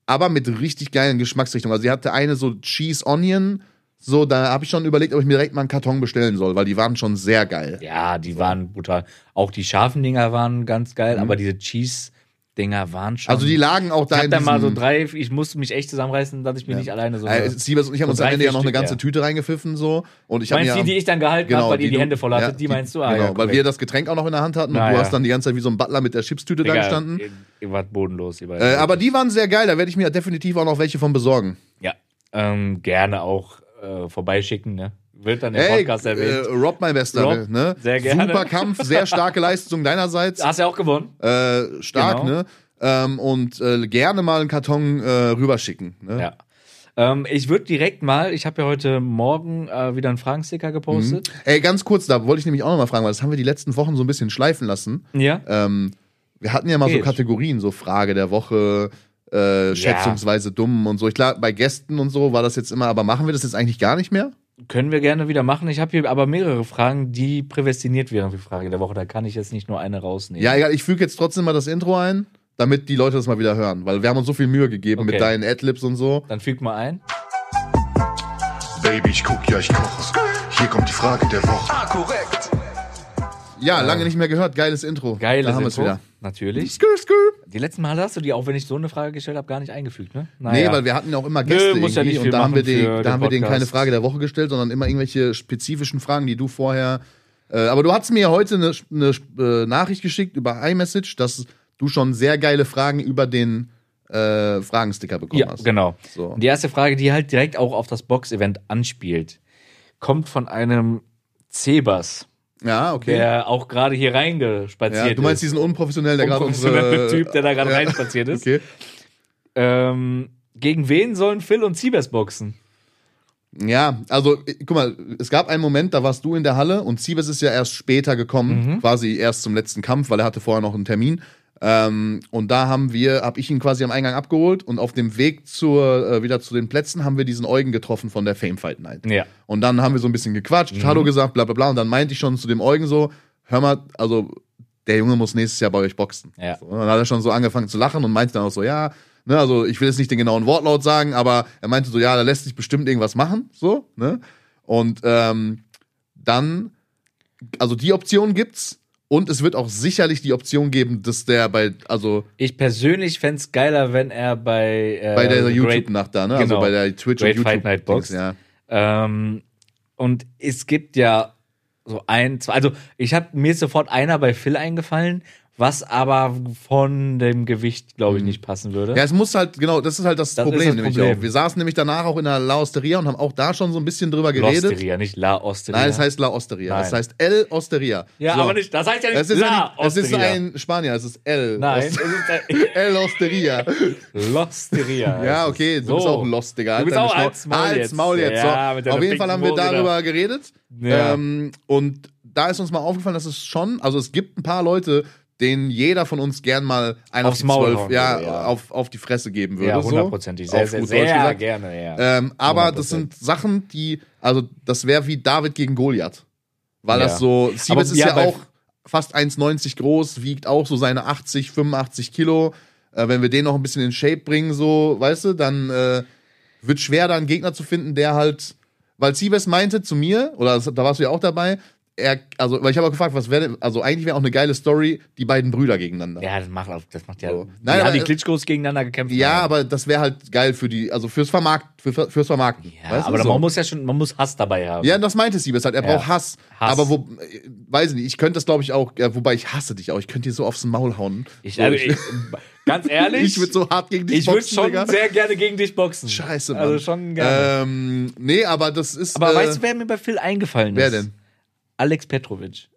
Aber mit richtig geilen Geschmacksrichtungen. Also, sie hatte eine so Cheese Onion. So, da habe ich schon überlegt, ob ich mir direkt mal einen Karton bestellen soll, weil die waren schon sehr geil. Ja, die waren brutal. Auch die scharfen Dinger waren ganz geil, aber diese Cheese-Dinger waren schon. Mhm. Also, die lagen auch ich da hab in da mal so diesem. drei, ich musste mich echt zusammenreißen, dass ich mir nicht alleine so. äh, Siebers und ich haben so uns am drei, Ende ja noch eine vier Stück, ganze ja. Tüte reingepfiffen, so. Und ich habe meinst ja. du die, die ich dann gehalten habe, weil die die du- Hände voll hattet? genau, ja, die, meinst du? Ah, Genau, ja, weil korrekt. wir das Getränk auch noch in der Hand hatten und Na du ja. hast dann die ganze Zeit wie so ein Butler mit der Chipstüte da Digga, gestanden. Ihr, ihr wart bodenlos, ihr beiden. Äh, aber die waren sehr geil, da werde ich mir definitiv auch noch welche von besorgen. ja, ähm, gerne auch äh, vorbeischicken, ne? Wird dann im Hey, Podcast erwähnt. äh, Rob, mein Bester, Rob, ne? sehr gerne. [laughs] Super Kampf, sehr starke Leistung deinerseits. Hast ja auch gewonnen. Äh, stark, Genau. ne? Ähm, und äh, gerne mal einen Karton äh, rüberschicken. Ne? Ja. Ähm, ich würde direkt mal, ich habe ja heute Morgen äh, wieder einen Fragensticker gepostet. Ey, ganz kurz, da wollte ich nämlich auch nochmal fragen, weil das haben wir die letzten Wochen so ein bisschen schleifen lassen. Ja. Ähm, wir hatten ja mal so Geht. Kategorien, so Frage der Woche, äh, schätzungsweise dumm und so. Ich klar, bei Gästen und so war das jetzt immer, aber machen wir das jetzt eigentlich gar nicht mehr? Können wir gerne wieder machen. Ich habe hier aber mehrere Fragen, die prädestiniert wären für Frage der Woche. Da kann ich jetzt nicht nur eine rausnehmen. Ja, egal, ich füge jetzt trotzdem mal das Intro ein, damit die Leute das mal wieder hören, weil wir haben uns so viel Mühe gegeben mit Okay. deinen Adlibs und so. Dann füg mal ein. Baby, ich guck, ja, ich koche. Hier kommt die Frage der Woche. Ja, lange nicht mehr gehört, geiles Intro. Äh. Geiles da haben wir es Intro. wieder. Natürlich. Skrr, skrr. Die letzten Mal hast du die, auch wenn ich so eine Frage gestellt habe, gar nicht eingefügt, ne? Nee, Naja. weil wir hatten ja auch immer Gäste muss irgendwie ja nicht viel und da haben wir, machen den, für da den haben wir denen keine Podcast. Frage der Woche gestellt, sondern immer irgendwelche spezifischen Fragen, die du vorher. Äh, aber du hast mir heute eine, eine äh, Nachricht geschickt über iMessage, dass du schon sehr geile Fragen über den äh, Fragensticker bekommen ja, hast. genau. So. Und die erste Frage, die halt direkt auch auf das Box-Event anspielt, kommt von einem Cebas. Ja, okay. der auch gerade hier reingespaziert ja, du meinst ist. diesen unprofessionellen, der gerade unsere. Typ, der da gerade Ja. reinspaziert ist. [laughs] Okay. Ähm, gegen wen sollen Phil und Siebes boxen? Ja, also äh, guck mal, es gab einen Moment, da warst du in der Halle und Siebes ist ja erst später gekommen, quasi erst zum letzten Kampf, weil er hatte vorher noch einen Termin. Ähm, und da haben wir, hab ich ihn quasi am Eingang abgeholt und auf dem Weg zur, äh, wieder zu den Plätzen haben wir diesen Eugen getroffen von der Fame Fight Night. Ja. Und dann haben wir so ein bisschen gequatscht, Hallo gesagt, bla bla bla. Und dann meinte ich schon zu dem Eugen so, hör mal, also der Junge muss nächstes Jahr bei euch boxen. Ja. So, und dann hat er schon so angefangen zu lachen und meinte dann auch so, ja, ne, also ich will jetzt nicht den genauen Wortlaut sagen, aber er meinte so, ja, da lässt sich bestimmt irgendwas machen, so, ne? Und ähm, dann, also die Option gibt's und es wird auch sicherlich die Option geben, dass der bei, also Ich persönlich fänd's geiler, wenn er bei, äh, bei der The Great- YouTube-Nacht da, ne? Also genau. bei der Twitch- Great und Fight Night YouTube-Dings, Box. ja. Ähm, und es gibt ja so ein, zwei, also ich habe mir ist sofort einer bei Phil eingefallen, was aber von dem Gewicht, glaube ich, nicht passen würde. Mhm. Ja, es muss halt, genau, das ist halt das, Das ist Problem, das nämlich Problem. auch. Wir saßen nämlich danach auch in der La Osteria und haben auch da schon so ein bisschen drüber geredet. L'Osteria, nicht La Osteria. Nein, es heißt La Osteria. Nein. Es heißt El Osteria. ja, So. aber nicht, das heißt ja nicht Es ist, La ein, es ist Osteria. ein Spanier, es ist El. Nein, es Ost- ist ein [laughs] El [laughs] Osteria. L'Osteria. ja, heißt es. okay, du So. bist auch ein Halt Lost, Digga. Du bist Alter, auch Schnau- als Maul Ah, als jetzt. Maul jetzt. Ja, mit so. deiner Auf jeden pinken Fall haben wir Hose da. darüber geredet. Ja. Ähm, und da ist uns mal aufgefallen, dass es schon, also es gibt ein paar Leute, denen jeder von uns gern mal einen Aufs auf die Maul zwölf, hauen ja, würde, ja. auf, auf die Fresse geben würde. Ja, hundertprozentig. So. Sehr, Auf sehr, gut Deutsch sehr gesagt. gerne, ja. Ähm, aber das 100%. sind Sachen, die, also das wäre wie David gegen Goliath. Weil Ja. das so, Siebes Aber- ist ja, ja, bei- auch fast 1,90 groß, wiegt auch so seine 80, 85 Kilo. Äh, wenn wir den noch ein bisschen in Shape bringen, so, weißt du, dann äh, wird schwer, da einen Gegner zu finden, der halt, weil Siebes meinte zu mir, oder das, da warst du ja auch dabei, er, also, weil ich habe auch gefragt, was wäre, also eigentlich wäre auch eine geile Story, die beiden Brüder gegeneinander. ja, das macht, auf- das macht ja. So. Die Nein, haben aber- die Klitschkos gegeneinander gekämpft. Ja, aber das wäre halt geil für die, also fürs Vermarkt, für, fürs Vermarkten. Ja, weißt du, aber so. man muss ja schon, man muss Hass dabei haben. Ja, das meinte Siebes halt. Er Also Ja. braucht Hass. Hass. Aber wo, äh, weiß ich nicht, ich könnte das glaube ich auch, ja, wobei ich hasse dich auch. Ich könnte dir so aufs Maul hauen. Ich, so, also, ich, ganz [laughs] [laughs] ehrlich, ich würde so hart gegen dich ich würde boxen, schon Digga. sehr gerne gegen dich boxen. Scheiße, Mann. Also schon gerne. Ähm, nee, aber das ist. aber äh, weißt du, wer mir bei Phil eingefallen wer ist? denn? Alex Petrovic.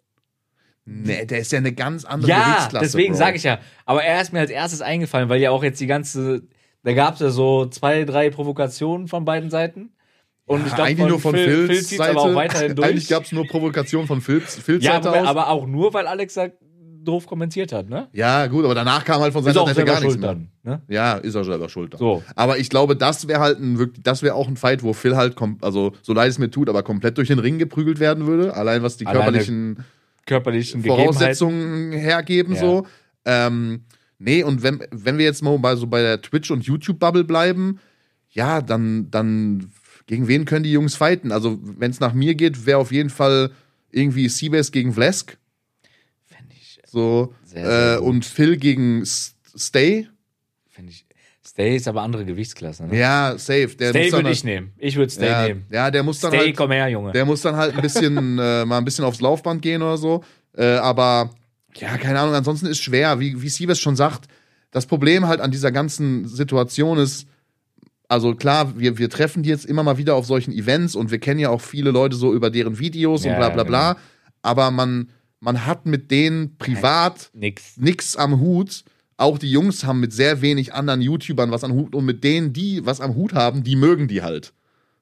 Nee, der ist ja eine ganz andere Ja, Gewichtsklasse. deswegen Bro. sage ich ja. Aber er ist mir als erstes eingefallen, weil ja auch jetzt die ganze, da gab es ja so zwei, drei Provokationen von beiden Seiten. Und ich glaube, eigentlich nur von Phils Phil zieht's Seite. aber auch weiterhin durch. [laughs] Eigentlich gab es nur Provokation von Phils, Phils ja, Seite aber, aus. aber auch nur, weil Alex da doof kommentiert hat, ne? ja, gut, aber danach kam halt von Ist seiner auch Seite selber gar nichts schuld mehr. dann. Ne? Ja, ist er selber schuld. So. Aber ich glaube, das wäre halt ein wirklich, das wäre auch ein Fight, wo Phil halt, kom- also so leid es mir tut, aber komplett durch den Ring geprügelt werden würde. Allein was die Alleine körperlichen Körperlichen Gegebenheiten. Voraussetzungen hergeben, Ja. so. Ähm, nee, und wenn, wenn wir jetzt mal bei, so bei der Twitch- und YouTube-Bubble bleiben, ja, dann, dann, gegen wen können die Jungs fighten? Also, wenn es nach mir geht, wäre auf jeden Fall irgendwie Seabase gegen Vlesk. Fände ich, So. Sehr, sehr äh, gut. und Phil gegen S Stay. fänd ich. Stay ist aber andere Gewichtsklasse, ne? Ja, safe. Der muss Stay dann würde halt- ich nehmen. Ich würde Stay ja, nehmen. ja, der muss dann Stay, halt, komm her, Junge. der muss dann halt ein [laughs] bisschen äh, mal ein bisschen aufs Laufband gehen oder so. Äh, aber ja, keine Ahnung. Ansonsten ist schwer, wie wie Siebes schon sagt. Das Problem halt an dieser ganzen Situation ist, also klar, wir, wir treffen die jetzt immer mal wieder auf solchen Events und wir kennen ja auch viele Leute so über deren Videos Ja, genau. und bla bla bla. Aber man, man hat mit denen privat Nix. nix am Hut. Auch die Jungs haben mit sehr wenig anderen YouTubern was am Hut und mit denen, die was am Hut haben, die mögen die halt.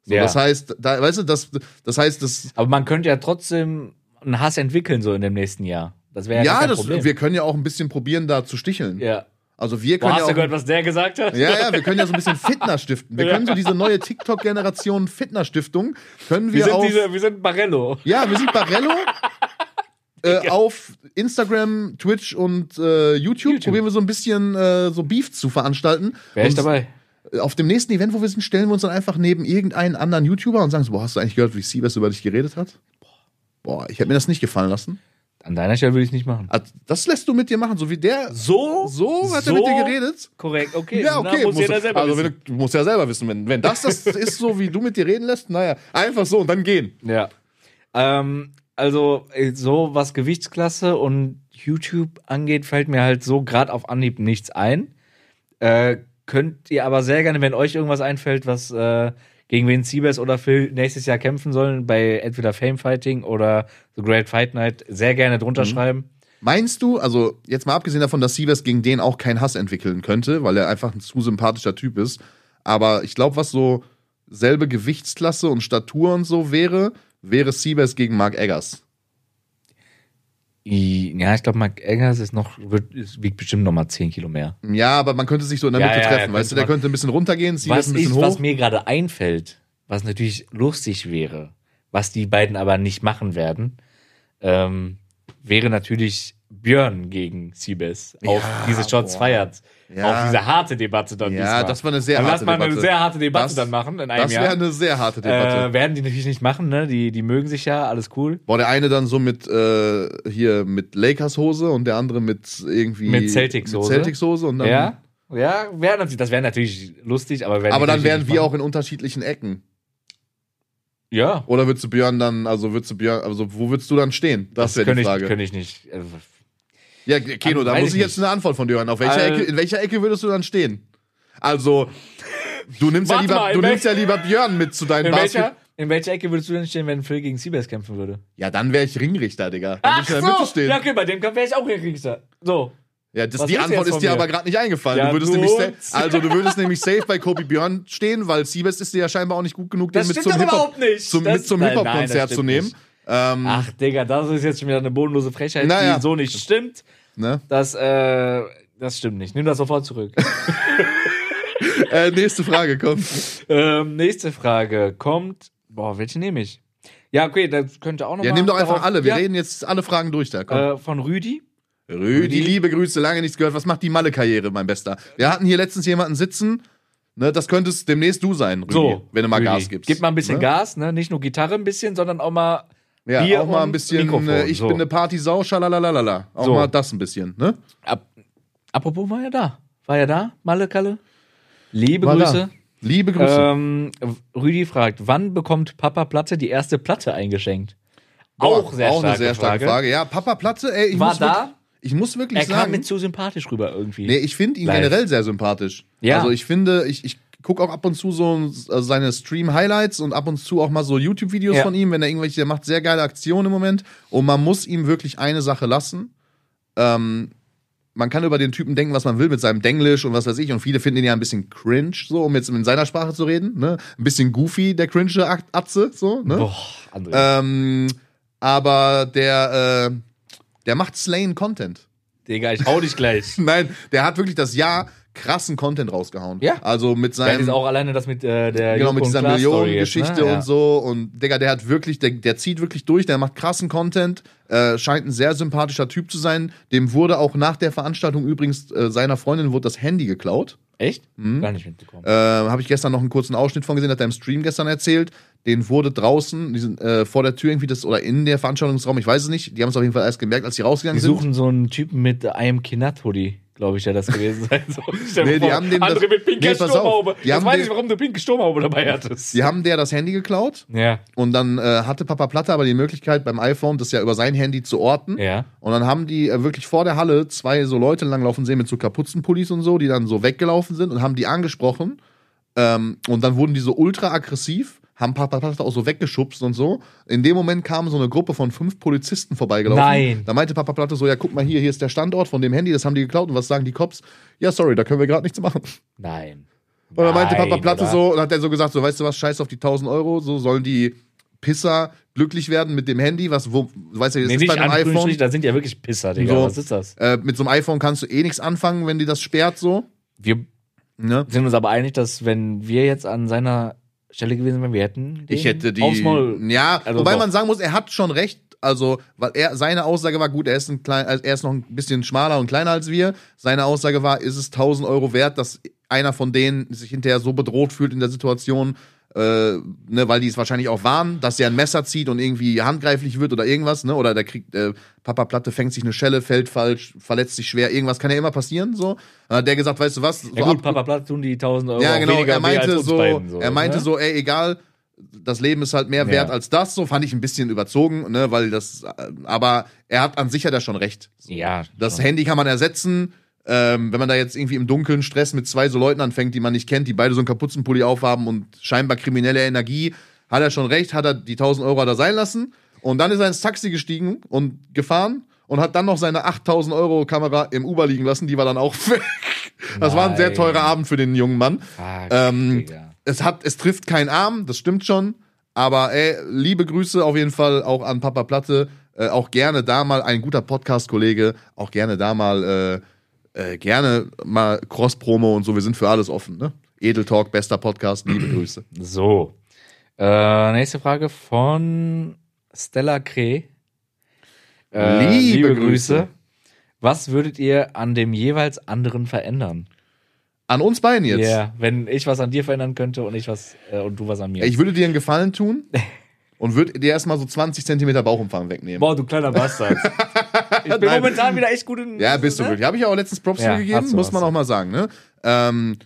So, Ja. Das heißt, da, weißt du, das, das heißt, das, Aber man könnte ja trotzdem einen Hass entwickeln, so in dem nächsten Jahr. Das wäre ja, gar ja, kein das, Problem. wir können ja auch ein bisschen probieren, da zu sticheln. ja. Also wir Boah, können hast du ja auch, gehört, was der gesagt hat? ja, ja, wir können ja so ein bisschen Fitness stiften. Wir Ja. können so diese neue TikTok-Generation Fitness-Stiftung können wir, wir, sind auf, diese, wir sind Barello. ja, wir sind [laughs] Barello. Äh, auf Instagram, Twitch und äh, YouTube, YouTube. probieren wir so ein bisschen äh, so Beef zu veranstalten. Wäre ich Und- dabei? auf dem nächsten Event, wo wir sind, stellen wir uns dann einfach neben irgendeinen anderen YouTuber und sagen so, boah, hast du eigentlich gehört, wie Siebes über dich geredet hat? Boah, ich hätte mir das nicht gefallen lassen. An deiner Stelle würde ich es nicht machen. Ah, Das lässt du mit dir machen, so wie der. So? So hat er mit dir geredet? Korrekt, okay. ja, okay. Na, muss musst jeder du- selber also, wenn wissen. du, du musst ja selber wissen, wenn, wenn das das ist, so wie du mit dir reden lässt, naja, einfach so und dann gehen. Ja. Ähm, also, äh, so was Gewichtsklasse und YouTube angeht, fällt mir halt so gerade auf Anhieb nichts ein. Äh, könnt ihr aber sehr gerne, wenn euch irgendwas einfällt, was äh, gegen wen Siebes oder Phil nächstes Jahr kämpfen sollen, bei entweder Fame Fighting oder The Great Fight Night, sehr gerne drunter schreiben. Meinst du, also jetzt mal abgesehen davon, dass Sievers gegen den auch keinen Hass entwickeln könnte, weil er einfach ein zu sympathischer Typ ist, aber ich glaube, was so selbe Gewichtsklasse und Statur und so wäre, wäre Sievers gegen Mark Eggers. I- Ja, ich glaube, Mark Eggers ist noch, wird, ist, wiegt bestimmt noch mal 10 Kilo mehr. Ja, aber man könnte sich so in der Ja, Mitte ja, treffen, ja, weißt du, könnte der man. könnte ein bisschen runtergehen, Sievers Was, ein bisschen ich, hoch. was mir gerade einfällt, was natürlich lustig wäre, was die beiden aber nicht machen werden, ähm, wäre natürlich Björn gegen Siebes. Auf diese Shots feiert. Ja. Auf diese harte Debatte dann Ja, diesmal. das war eine sehr dann harte lass mal eine Debatte. sehr harte Debatte Das- dann machen in einem das wäre Jahr. eine sehr harte Debatte. Äh, werden die natürlich nicht machen, ne? Die, die mögen sich ja, alles cool. Boah, der eine dann so mit äh, hier mit Lakers Hose und der andere mit irgendwie Mit Celtics Hose. Celtics Hose und dann ja, ja, wär, natürlich- das wäre natürlich lustig, aber werden aber die dann wären natürlich wir auch nicht in unterschiedlichen Ecken. machen. Ja, Oder würdest du Björn dann, also würdest du Björn, also wo würdest du dann stehen? Das, wäre die könnte Frage. ich, könnte ich nicht. äh, ja, Keno, An- da weiß muss ich ich jetzt nicht. eine Antwort von dir hören. Auf welcher Äh, Ecke, in welcher Ecke würdest du dann stehen? Also, du nimmst, ja Warte lieber, mal, in du nimmst ja welcher- lieber Björn mit zu deinen In Basket. welcher, in welcher Ecke würdest du denn stehen, wenn Phil gegen Siebes kämpfen würde? Ja, dann wäre ich Ringrichter, Digga. Dann würd ich in der Mitte stehen. Ja, okay, bei dem Kampf wäre ich auch Ringrichter. So. Ja, das, Was die willst du Antwort jetzt ist von dir mir? aber gerade nicht eingefallen. Ja, du würdest du nämlich sa- Hund. also du würdest nämlich safe bei Kobe Björn stehen, weil Siebes ist dir ja scheinbar auch nicht gut genug, den Das mit stimmt zum doch Hip-Hop überhaupt nicht. zum, Das- mit zum nein, Hip Hop nein, das Konzert stimmt zu nehmen. nicht. Ah. Ähm, Ach, Digga, das ist jetzt schon wieder eine bodenlose Frechheit, Naja. die so nicht stimmt. ne? Das, äh, das stimmt nicht. Nimm das [laughs] sofort zurück. äh, nächste Frage, komm. ähm, nächste Frage kommt. Boah, welche nehme ich? Ja, okay, das könnte auch noch Ja, mal nimm doch einfach darauf- alle. Wir Ja, reden jetzt alle Fragen durch da. Komm. äh, von Rüdi. Rüdi, Rüdi. liebe Grüße, lange nichts gehört. Was macht die Malle-Karriere, mein Bester? Wir hatten hier letztens jemanden sitzen. Ne, das könntest demnächst du sein, Rüdi, So, wenn du mal Rüdi, Gas gibst. Gib mal ein bisschen ne? Gas, ne? Nicht nur Gitarre ein bisschen, sondern auch mal Ja, Bier auch mal ein und bisschen, Mikrofon, äh, ich so. bin eine Partysau, schalalalala. Auch So. mal das ein bisschen, ne? Ap Apropos war ja da. War ja da, Malle Kalle. Liebe War da. Grüße. Liebe Grüße. Ähm, Rüdi fragt, wann bekommt Papa Platte die erste Platte eingeschenkt? auch sehr, starke, eine sehr starke Frage. Ja, Papa Platte, ey, ich War muss da? wirklich, ich muss wirklich Er kam sagen, mir zu sympathisch rüber irgendwie. nee, ich finde ihn Live. generell sehr sympathisch. Ja. Also ich finde, ich, ich gucke auch ab und zu so äh, seine Stream-Highlights und ab und zu auch mal so YouTube-Videos Ja. von ihm, wenn er irgendwelche, der macht sehr geile Aktionen im Moment und man muss ihm wirklich eine Sache lassen. Ähm, man kann über den Typen denken, was man will, mit seinem Denglisch und was weiß ich. Und viele finden ihn ja ein bisschen cringe, so, um jetzt in seiner Sprache zu reden. Ne? Ein bisschen goofy, der cringe Ak- Atze, so. Ne? Boah, André. Ähm, aber der, äh, der macht slayen Content. Digga, ich hau dich [laughs] gleich. Nein, der hat wirklich das Jahr krassen Content rausgehauen. Ja. Also mit Vielleicht ist seinem, auch alleine das mit äh, der genau, Joko mit und dieser Klaas Story Millionengeschichte jetzt, ne? Ja. und so. Und Digga, der hat wirklich, der, der zieht wirklich durch, der macht krassen Content, äh, scheint ein sehr sympathischer Typ zu sein. Dem wurde auch nach der Veranstaltung übrigens äh, seiner Freundin wurde das Handy geklaut. Echt? Gar nicht mitbekommen. Äh, Habe ich gestern noch einen kurzen Ausschnitt von gesehen, hat er im Stream gestern erzählt. Den wurde draußen, diesen, äh, vor der Tür irgendwie das, oder in der Veranstaltungsraum, ich weiß es nicht, die haben es auf jeden Fall erst gemerkt, als sie rausgegangen Die sind. suchen so einen Typen mit I am Kinat Hoodie, glaube ich, ja das gewesen sein soll. Stell dir Nee, die vor, haben dem André das- mit pinker Nee, pass auf, Sturmhaube. die das haben weiß dem- ich, warum du pinke Sturmhaube dabei hattest. Die haben der das Handy geklaut Ja, und dann äh, hatte Papa Platte aber die Möglichkeit, beim iPhone das ja über sein Handy zu orten. ja. Und dann haben die äh, wirklich vor der Halle zwei so Leute langlaufen sehen mit so Kapuzenpullis und so, die dann so weggelaufen sind und haben die angesprochen. Ähm, und dann wurden die so ultra aggressiv, haben Papa Platte auch so weggeschubst und so. In dem Moment kam so eine Gruppe von fünf Polizisten vorbeigelaufen. Nein. Da meinte Papa Platte so: Ja, guck mal hier, hier ist der Standort von dem Handy, das haben die geklaut. Und was sagen die Cops? Ja, sorry, da können wir gerade nichts machen. Nein. Und dann meinte Nein, Papa Platte oder? so, und hat er so gesagt, so weißt du was, scheiß auf die 1000 Euro, so sollen die Pisser glücklich werden mit dem Handy, was, wo, du weißt ja, das Nee, ist nicht bei einem iPhone. iPhone. Da sind ja wirklich Pisser, Digga. So. Was ist das? Äh, mit so einem iPhone kannst du eh nichts anfangen, wenn die das sperrt, so. Wir Ne? sind uns aber einig, dass wenn wir jetzt an seiner Stelle gewesen wären, wir hätten den Ich hätte die. aufs Maul. Ja, Also wobei doch. man sagen muss, er hat schon recht. Also, weil er, seine Aussage war gut, er ist, ein klein, also er ist noch ein bisschen schmaler und kleiner als wir. Seine Aussage war, ist es 1000 Euro wert, dass einer von denen sich hinterher so bedroht fühlt in der Situation, äh, ne, weil die es wahrscheinlich auch waren, dass er ein Messer zieht und irgendwie handgreiflich wird oder irgendwas, ne? Oder der kriegt, äh, Papa Platte fängt sich eine Schelle, fällt falsch, verletzt sich schwer, irgendwas kann ja immer passieren, so. Dann hat der gesagt, weißt du was, so Ja gut, ab- Papa Platte tun die 1000 Euro ja, genau. ne? auch weniger Er weh meinte, als uns so, beiden, er meinte ne? so, ey, egal, das Leben ist halt mehr Ja. wert als das. So fand ich ein bisschen überzogen, ne, weil das, äh, aber er hat an sich hat er schon recht. So. Ja, Das schon. Handy kann man ersetzen. ähm, wenn man da jetzt irgendwie im dunklen Stress mit zwei so Leuten anfängt, die man nicht kennt, die beide so einen Kapuzenpulli aufhaben und scheinbar kriminelle Energie, hat er schon recht, hat er die 1000 Euro hat er sein lassen. Und dann ist er ins Taxi gestiegen und gefahren und hat dann noch seine 8000 Euro Kamera im Uber liegen lassen, die war dann auch [laughs] weg. Das war ein sehr Nein. teurer Abend für den jungen Mann. Fuck, Ähm, Digga. es, hat, es trifft keinen Arm, das stimmt schon. Aber ey, liebe Grüße auf jeden Fall auch an Papa Platte. Äh, auch gerne da mal ein guter Podcast-Kollege, auch gerne da mal, äh, äh, gerne mal Cross-Promo und so. Wir sind für alles offen, ne? Edel Talk, bester Podcast, liebe Grüße. So. Äh, nächste Frage von Stella Kreh. Liebe Grüße. Was würdet ihr an dem jeweils anderen verändern? An uns beiden Ja, jetzt. wenn ich was an dir verändern könnte und ich was äh, und du was an mir. Ich würde dir einen Gefallen tun und würde dir erstmal so 20 Zentimeter Bauchumfang wegnehmen. Boah, du [laughs] kleiner Bastard. ich bin Nein. momentan wieder echt gut in. Ja, bist du ne? wirklich. Habe ich ja auch letztens Props Ja, für gegeben, hast du, muss man hast auch mal sagen, ne? Ähm,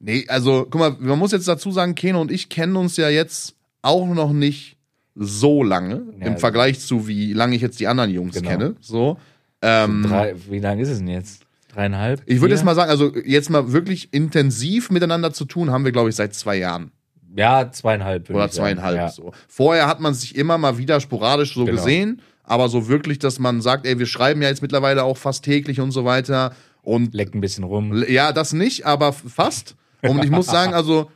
nee, also, guck mal, man muss jetzt dazu sagen, Keno und ich kennen uns ja jetzt auch noch nicht so lange Ja, im also- Vergleich zu, wie lange ich jetzt die anderen Jungs Genau. kenne. So. Ähm, Drei, wie lange ist es denn jetzt? Dreieinhalb? ich würde Vier? jetzt mal sagen, also jetzt mal wirklich intensiv miteinander zu tun, haben wir, glaube ich, seit zwei Jahren. Ja, zweieinhalb. würd Oder ich sagen. zweieinhalb Ja. so. Vorher hat man sich immer mal wieder sporadisch so Genau. gesehen, aber so wirklich, dass man sagt, ey, wir schreiben ja jetzt mittlerweile auch fast täglich und so weiter. Und Leck ein bisschen rum. L- Ja, das nicht, aber f- fast. Und ich muss sagen, also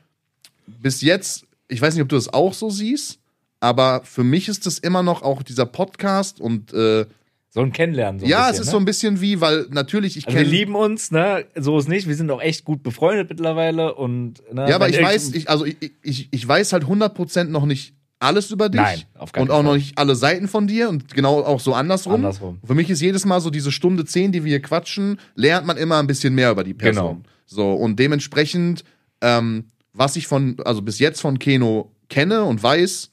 bis jetzt, ich weiß nicht, ob du das auch so siehst, aber für mich ist es immer noch auch dieser Podcast und äh, So ein Kennenlernen. So ein ja, bisschen, es ist ne? so ein bisschen wie, weil natürlich ich Also wir kenne lieben uns, ne? So ist nicht. Wir sind auch echt gut befreundet mittlerweile und ne? Ja, aber wenn ich weiß, ich, also ich, ich, ich weiß halt 100% noch nicht alles über dich. Nein, auf keinen Und auch Fall. noch nicht alle Seiten von dir und genau auch so andersrum. Andersrum. Für mich ist jedes Mal so diese Stunde 10, die wir hier quatschen, lernt man immer ein bisschen mehr über die Person. Genau. So, und dementsprechend, ähm, was ich von, also bis jetzt von Keno kenne und weiß,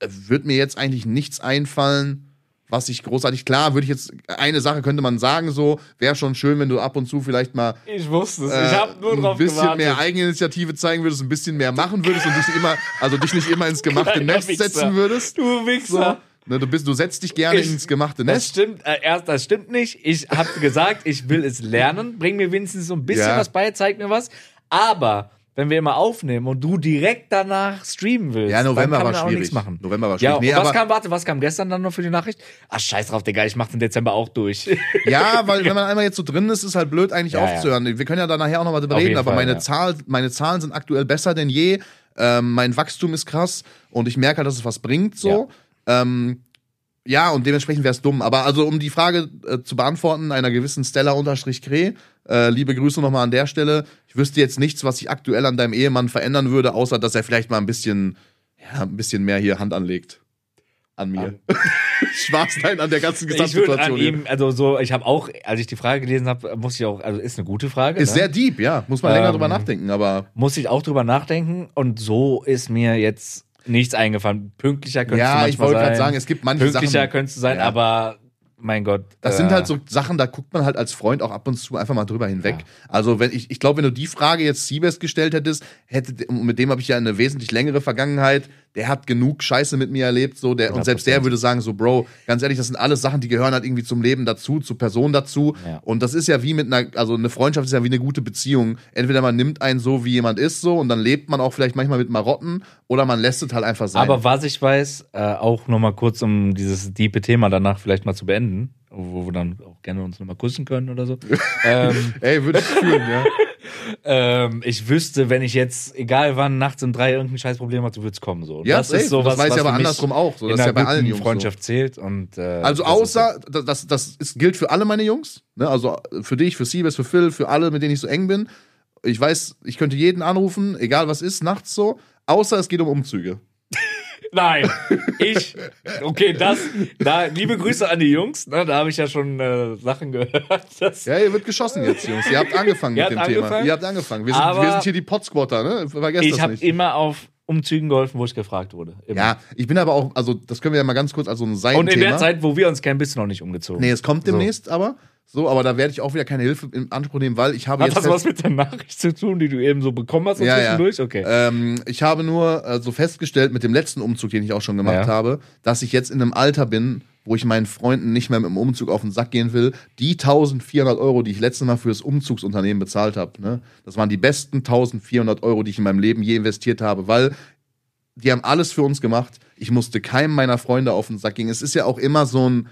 äh, wird mir jetzt eigentlich nichts einfallen, was ich großartig, klar, würde ich jetzt, eine Sache könnte man sagen, so, wäre schon schön, wenn du ab und zu vielleicht mal ich wusste es. äh, ich habe nur drauf ein bisschen gewartet. mehr Eigeninitiative zeigen würdest, ein bisschen mehr machen würdest und dich immer, also dich nicht immer ins gemachte Kleiner Nest Wichser. setzen würdest. du So, Wichser. ne, du, bist, du setzt dich gerne Ich- ins gemachte Das Nest. stimmt, äh, erst das stimmt nicht. Ich habe gesagt, ich will es lernen. Bring mir wenigstens so ein bisschen Ja. was bei, zeig mir was. Aber wenn wir immer aufnehmen und du direkt danach streamen willst, Ja, November dann kann man war auch schwierig. nichts machen. November war Ja, schwierig. Nee, und was aber- kam, warte, was kam gestern dann noch für die Nachricht? Ach, scheiß drauf, Digga, ich mach's im Dezember [laughs] auch durch. Ja, weil wenn man einmal jetzt so drin ist, ist halt blöd eigentlich Ja, ja. aufzuhören. Wir können ja da nachher auch nochmal drüber Auf reden, jeden aber Fall, meine, ja. Zahl, meine Zahlen sind aktuell besser denn je. Ähm, mein Wachstum ist krass und ich merke halt, dass es was bringt so. Ja. Ähm, ja, und dementsprechend wäre es dumm. Aber also, um die Frage äh, zu beantworten, einer gewissen Stella-Kreh, äh, liebe Grüße nochmal an der Stelle. Ich wüsste jetzt nichts, was ich aktuell an deinem Ehemann verändern würde, außer dass er vielleicht mal ein bisschen, ja, ein bisschen mehr hier Hand anlegt. An mir. [laughs] Spaß, nein, an der ganzen ich würde an Gesamtsituation. hier. ihm, also so, ich habe auch, als ich die Frage gelesen habe, musste ich auch, also ist eine gute Frage. Ist ne? sehr deep, ja. Muss man länger Ähm, drüber nachdenken, aber. muss ich auch drüber nachdenken und so ist mir jetzt nichts eingefallen. Pünktlicher könntest du Ja, manchmal ich wollte sein. gerade sagen, es gibt manche Pünktlicher Sachen. könntest du sein, Ja. aber mein Gott. Das äh, sind halt so Sachen, da guckt man halt als Freund auch ab und zu einfach mal drüber hinweg. Also, wenn ich, ich glaube, wenn du die Frage jetzt Siebes gestellt hättest, hätte, und mit dem habe ich ja eine wesentlich längere Vergangenheit, der hat genug Scheiße mit mir erlebt, so, der, und selbst der würde sagen, so, Bro, ganz ehrlich, das sind alles Sachen, die gehören halt irgendwie zum Leben dazu, zur Person dazu. Ja. Und das ist ja wie mit einer, also eine Freundschaft ist ja wie eine gute Beziehung. Entweder man nimmt einen so, wie jemand ist, so, und dann lebt man auch vielleicht manchmal mit Marotten, oder man lässt es halt einfach sein. Aber was ich weiß, äh, auch nochmal kurz, um dieses diepe Thema danach vielleicht mal zu beenden, wo wir dann auch gerne uns nochmal küssen können oder [laughs] so. ähm, Ey, würde ich fühlen, ja. ähm, ich wüsste, wenn ich jetzt, egal wann, nachts um drei irgendein Scheißproblem hatte, würde es kommen. So. Ja, das safe. ist sowas, Das weiß was ich aber für mich andersrum auch so. Das in ist einer ja bei allen guten Jungs so. Freundschaft zählt. Und, äh, Also das ist außer, das, das, das ist, gilt für alle meine Jungs, ne? also für dich, für Siebes, für Phil, für alle, mit denen ich so eng bin. Ich weiß, ich könnte jeden anrufen, egal was ist, nachts so, außer es geht um Umzüge. Nein, ich. Okay, das. Da, liebe Grüße an die Jungs. Ne, da habe ich ja schon äh, Sachen gehört. [laughs] Das, Ja, ihr wird geschossen jetzt, Jungs. Ihr habt [laughs] angefangen Ihr mit dem habt Thema. angefangen? Ihr habt angefangen. Wir sind, Aber- wir sind hier die Podsquatter, ne? Vergesst ich eh- das habe nicht. immer auf Umzügen geholfen, wo ich gefragt wurde. Immer. ja, ich bin aber auch, also das können wir ja mal ganz kurz als so ein Seitenthema. Und in der Zeit, wo wir uns kennen, bist du noch nicht umgezogen. nee, es kommt demnächst, aber so, aber da werde ich auch wieder keine Hilfe in Anspruch nehmen, weil ich habe Hat jetzt das was mit der Nachricht zu tun, die du eben so bekommen hast so Ja, ja. zwischendurch? Okay. Ähm, ich also habe nur äh, so festgestellt mit dem letzten Umzug, den ich auch schon gemacht Ja. habe, dass ich jetzt in einem Alter bin, wo ich meinen Freunden nicht mehr mit dem Umzug auf den Sack gehen will, die 1400 Euro, die ich letztes Mal fürs Umzugsunternehmen bezahlt habe, ne, das waren die besten 1400 Euro, die ich in meinem Leben je investiert habe, weil die haben alles für uns gemacht. Ich musste keinem meiner Freunde auf den Sack gehen. Es ist ja auch immer so ein,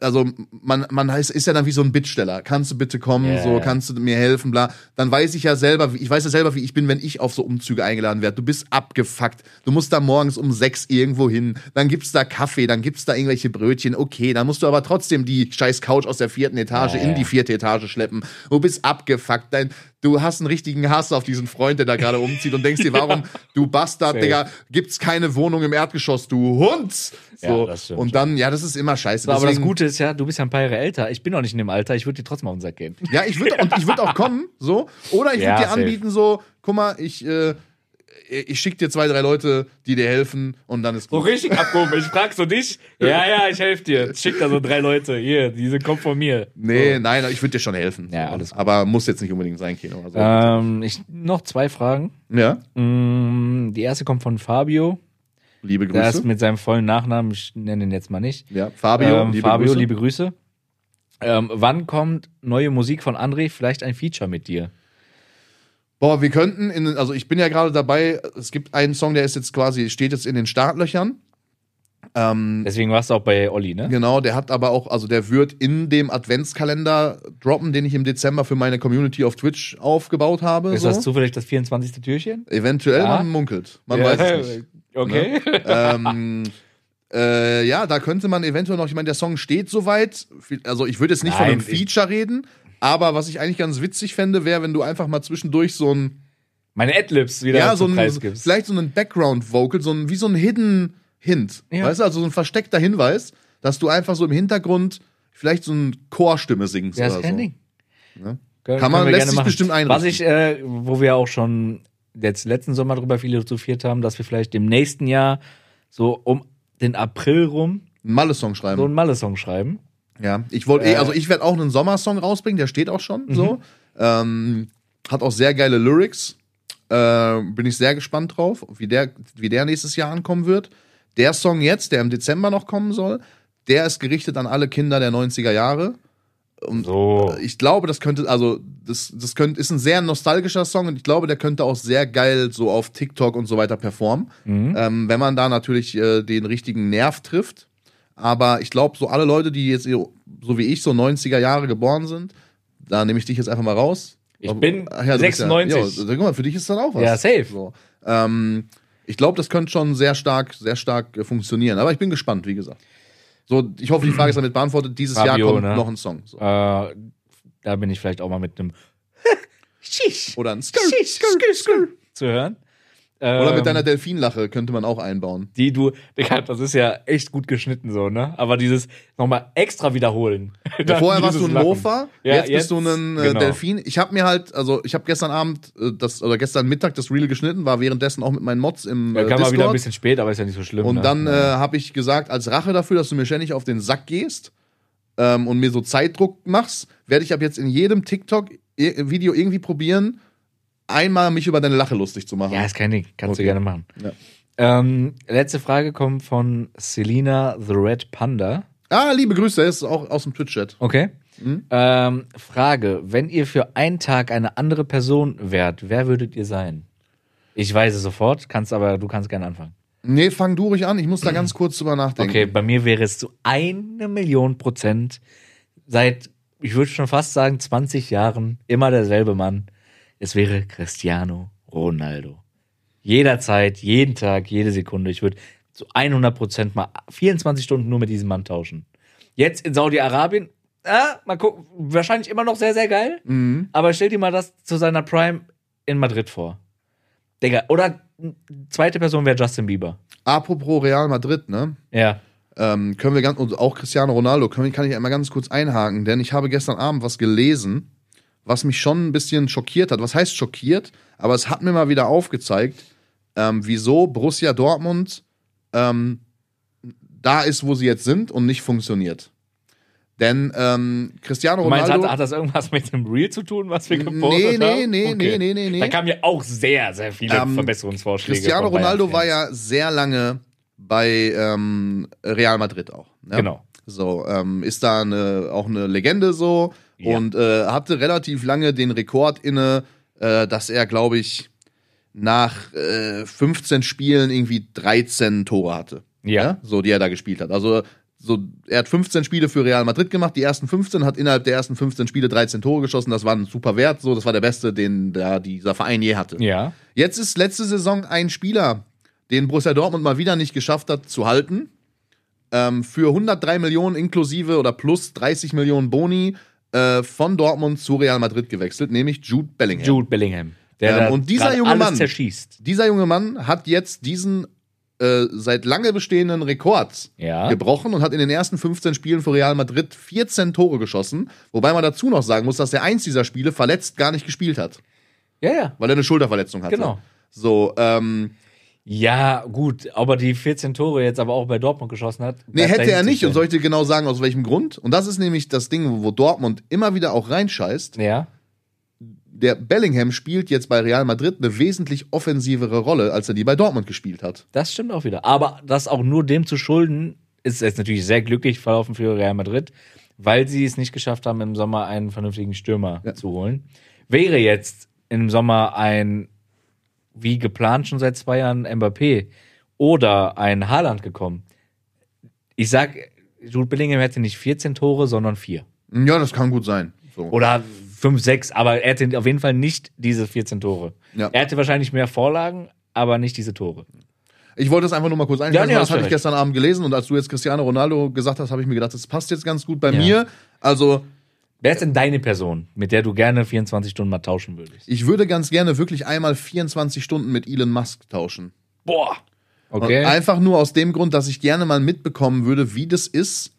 also man, man heißt, ist ja dann wie so ein Bittsteller. Kannst du bitte kommen, Ja, so ja. kannst du mir helfen, bla. Dann weiß ich ja selber, wie- ich weiß ja selber, wie ich bin, wenn ich auf so Umzüge eingeladen werde. Du bist abgefuckt. Du musst da morgens um sechs irgendwo hin. Dann gibt's da Kaffee, dann gibt's da irgendwelche Brötchen. Okay, dann musst du aber trotzdem die scheiß Couch aus der vierten Etage Ja, in ja. die vierte Etage schleppen. Du bist abgefuckt. Dein, du hast einen richtigen Hass auf diesen Freund, der da gerade umzieht und denkst dir, [laughs] warum, du Bastard, Safe. Digga, gibt's keine Wohnung im Erdgeschoss, du Hund. Ja, So. das stimmt und dann, ja, das ist immer scheiße. So, aber das Deswegen- Gute ist ja, du bist ja ein paar Jahre älter. Ich bin noch nicht in dem Alter, ich würde dir trotzdem auf den Sack gehen. Ja, ich würde und ich würde auch kommen, so. Oder ich würde Ja, dir safe. anbieten, so, guck mal, ich, äh, ich schicke dir zwei, drei Leute, die dir helfen und dann ist So gut. richtig abgehoben. Ich frag so dich. Ja, ja, ich helfe dir. Schick da so drei Leute. Hier, diese kommen von mir. Nee, nein, ich würde dir schon helfen. Ja, so. alles gut. Aber muss jetzt nicht unbedingt sein, Kino. Also, Ähm, ich, noch zwei Fragen. ja, Mm, Die erste kommt von Fabio. liebe Der ist Grüße. mit seinem vollen Nachnamen, ich nenne ihn jetzt mal nicht. Ja, Fabio, ähm, liebe Fabio, Grüße. liebe Grüße. Ähm, wann kommt neue Musik von André? Vielleicht ein Feature mit dir? Boah, wir könnten, in, also ich bin ja gerade dabei, es gibt einen Song, der ist jetzt quasi, steht jetzt in den Startlöchern. Ähm, Deswegen warst du auch bei Olli, ne? Genau, der hat aber auch, also der wird in dem Adventskalender droppen, den ich im Dezember für meine Community auf Twitch aufgebaut habe. Ist so. das zufällig das 24. Türchen? Eventuell, Ja. man munkelt. Man weiß es [laughs] nicht. Okay. ähm, äh, ja, da könnte man eventuell noch, ich meine, der Song steht soweit. Also ich würde jetzt nicht Nein, von einem Feature reden, aber was ich eigentlich ganz witzig fände, wäre, wenn du einfach mal zwischendurch so ein, Meine Adlibs wieder ja, so zum ein, Preis gibst. vielleicht so einen Background-Vocal, so ein, wie so ein Hidden Hint. Ja. Weißt du, also so ein versteckter Hinweis, dass du einfach so im Hintergrund vielleicht so eine Chorstimme singst Ja, oder so. ist kein Ding. Ja. Können- Kann man- können wir lässt gerne sich bestimmt einrichten. Was ich, äh, wo wir auch schon jetzt letzten Sommer drüber philosophiert haben, dass wir vielleicht im nächsten Jahr so um den April rum Ein Malle-Song schreiben. so einen Malle-Song schreiben. Ja, ich wollte, eh, Äh. also ich werde auch einen Sommersong rausbringen, der steht auch schon so. Ähm, hat auch sehr geile Lyrics. Äh, bin ich sehr gespannt drauf, wie der, wie der nächstes Jahr ankommen wird. Der Song jetzt, der im Dezember noch kommen soll, der ist gerichtet an alle Kinder der 90er Jahre. So. Ich glaube, das könnte, also, das, das könnte, ist ein sehr nostalgischer Song und ich glaube, der könnte auch sehr geil so auf TikTok und so weiter performen. hm. Mhm. Ähm, wenn man da natürlich äh, den richtigen Nerv trifft. Aber ich glaube, so alle Leute, die jetzt, so wie ich, so 90er Jahre geboren sind, da nehme ich dich jetzt einfach mal raus. Ich bin Ach ja, du bist 96. Ja, ja, guck mal, für dich ist dann auch was. Ja, safe. So. Ähm, ich glaube, das könnte schon sehr stark, sehr stark äh, funktionieren. Aber ich bin gespannt, wie gesagt. So, ich hoffe, die Frage ist damit beantwortet. Dieses Fabio, Jahr kommt ne? noch ein Song. So. Äh, da bin ich vielleicht auch mal mit einem [laughs] Schisch Oder ein Skrrt, Schisch, Skrrt, Schisch, Schisch zu hören. Oder Ähm, mit deiner Delfinlache könnte man auch einbauen. die du, Digga, das ist ja echt gut geschnitten so, ne? Aber dieses nochmal extra wiederholen. [laughs] Ja, vorher Dann warst du dieses ein Lachen. Mofa, Ja, jetzt, bist du ein äh, genau. Delfin. Ich habe mir halt, also ich habe gestern Abend äh, das oder gestern Mittag das Reel geschnitten, war währenddessen auch mit meinen Mods im Ja, äh, kam mal Discord. wieder ein bisschen spät, aber ist ja nicht so schlimm. und ne? dann äh, habe ich gesagt, als Rache dafür, dass du mir ständig auf den Sack gehst ähm, und mir so Zeitdruck machst, werde ich ab jetzt in jedem TikTok-Video irgendwie probieren, einmal mich über deine Lache lustig zu machen. Ja, ist kein Ding. Kannst Okay. du gerne machen. Ja. Ähm, letzte Frage kommt von Selina the Red Panda. Ah, liebe Grüße, er ist auch aus dem Twitch-Chat. Okay. Mhm. Ähm, Frage: Wenn ihr für einen Tag eine andere Person wärt, wer würdet ihr sein? Ich weiß es sofort, kannst aber du kannst gerne anfangen. Nee, fang du ruhig an, ich muss da [clears throat] ganz kurz drüber nachdenken. Okay, bei mir wäre es zu eine Million Prozent seit, ich würde schon fast sagen, 20 Jahren immer derselbe Mann. Es wäre Cristiano Ronaldo. Jederzeit, jeden Tag, jede Sekunde. Ich würde zu 100 Prozent mal 24 Stunden nur mit diesem Mann tauschen. Jetzt in Saudi-Arabien, ah, mal gucken, wahrscheinlich immer noch sehr, sehr geil. Mhm. Aber stell dir mal das zu seiner Prime in Madrid vor. Digga, oder zweite Person wäre Justin Bieber. Apropos Real Madrid, ne? Ja. Ähm, können wir ganz, und auch Cristiano Ronaldo, können, kann ich einmal ganz kurz einhaken, denn ich habe gestern Abend was gelesen, was mich schon ein bisschen schockiert hat. Was heißt schockiert? Aber es hat mir mal wieder aufgezeigt, ähm, wieso Borussia Dortmund ähm, da ist, wo sie jetzt sind und nicht funktioniert. Denn ähm, Cristiano Du meinst, Ronaldo. hat, hat das irgendwas mit dem Reel zu tun, was wir Nee, gepostet nee, haben? nee, nee, nee, nee, nee. Da kamen ja auch sehr, sehr viele Ähm, Verbesserungsvorschläge. Cristiano von Bayern Ronaldo Fans. war ja sehr lange bei ähm, Real Madrid auch. ne? Genau. So, ähm, ist da eine, auch eine Legende so Ja. und äh, hatte relativ lange den Rekord inne, äh, dass er, glaube ich, nach äh, 15 Spielen irgendwie 13 Tore hatte. ne? Ja. So, die er da gespielt hat. Also, so, er hat 15 Spiele für Real Madrid gemacht, die ersten 15, hat innerhalb der ersten 15 Spiele 13 Tore geschossen, das war ein super Wert, so, das war der beste, den da dieser Verein je hatte. Ja. Jetzt ist letzte Saison ein Spieler, den Borussia Dortmund mal wieder nicht geschafft hat zu halten. Ähm, für 103 Millionen inklusive oder plus 30 Millionen Boni äh, von Dortmund zu Real Madrid gewechselt, nämlich Jude Bellingham. Jude Bellingham. Der Ähm, da und dieser gerade junge alles Mann- zerschießt. Dieser junge Mann hat jetzt diesen äh, seit lange bestehenden Rekord Ja. gebrochen und hat in den ersten 15 Spielen für Real Madrid 14 Tore geschossen. Wobei man dazu noch sagen muss, dass er eins dieser Spiele verletzt gar nicht gespielt hat, Ja, ja. weil er eine Schulterverletzung hatte. Genau. So, ähm, Ja, gut, aber die 14 Tore jetzt aber auch bei Dortmund geschossen hat. Nee, bleibt hätte er dahinzustellen. nicht und sollte genau sagen, aus welchem Grund. Und das ist nämlich das Ding, wo Dortmund immer wieder auch reinscheißt. Ja. Der Bellingham spielt jetzt bei Real Madrid eine wesentlich offensivere Rolle, als er die bei Dortmund gespielt hat. Das stimmt auch wieder. Aber das auch nur dem zu schulden, ist jetzt natürlich sehr glücklich verlaufen für Real Madrid, weil sie es nicht geschafft haben, im Sommer einen vernünftigen Stürmer Ja. zu holen. Wäre jetzt im Sommer ein, wie geplant schon seit zwei Jahren, Mbappé oder ein Haaland gekommen. Ich sag, Jude Bellingham hätte nicht 14 Tore, sondern vier. Ja, das kann gut sein. So. Oder 5, 6, aber er hätte auf jeden Fall nicht diese 14 Tore. Ja. Er hätte wahrscheinlich mehr Vorlagen, aber nicht diese Tore. Ich wollte das einfach nur mal kurz einschätzen, nee, weil das hast du hatte ich recht. gestern Abend gelesen und als du jetzt Cristiano Ronaldo gesagt hast, habe ich mir gedacht, das passt jetzt ganz gut bei Ja. mir. Also, Wer ist denn deine Person, mit der du gerne 24 Stunden mal tauschen würdest? ich würde ganz gerne wirklich einmal 24 Stunden mit Elon Musk tauschen. Boah. Und Okay. Einfach nur aus dem Grund, dass ich gerne mal mitbekommen würde, wie das ist,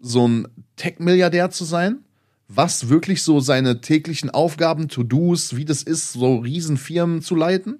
so ein Tech-Milliardär zu sein. Was wirklich so seine täglichen Aufgaben, To-Dos, wie das ist, so Riesenfirmen zu leiten.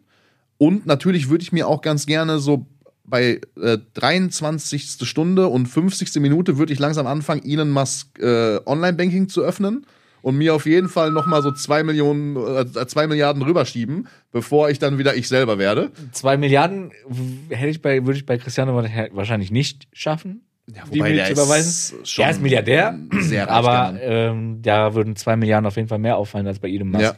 Und natürlich würde ich mir auch ganz gerne so bei äh, 23. Stunde und 50. Minute würde ich langsam anfangen, Elon Musk äh, Online-Banking zu öffnen und mir auf jeden Fall nochmal so 2 Millionen, äh, 2 Milliarden rüberschieben, bevor ich dann wieder ich selber werde. Zwei Milliarden w- hätte ich bei, würde ich bei Cristiano wa- wahrscheinlich nicht schaffen. Ja, die mir zu überweisen. schon er ist Milliardär, Sehr reich aber der Mann. ähm, da würden zwei Milliarden auf jeden Fall mehr auffallen als bei Elon Musk. Ja.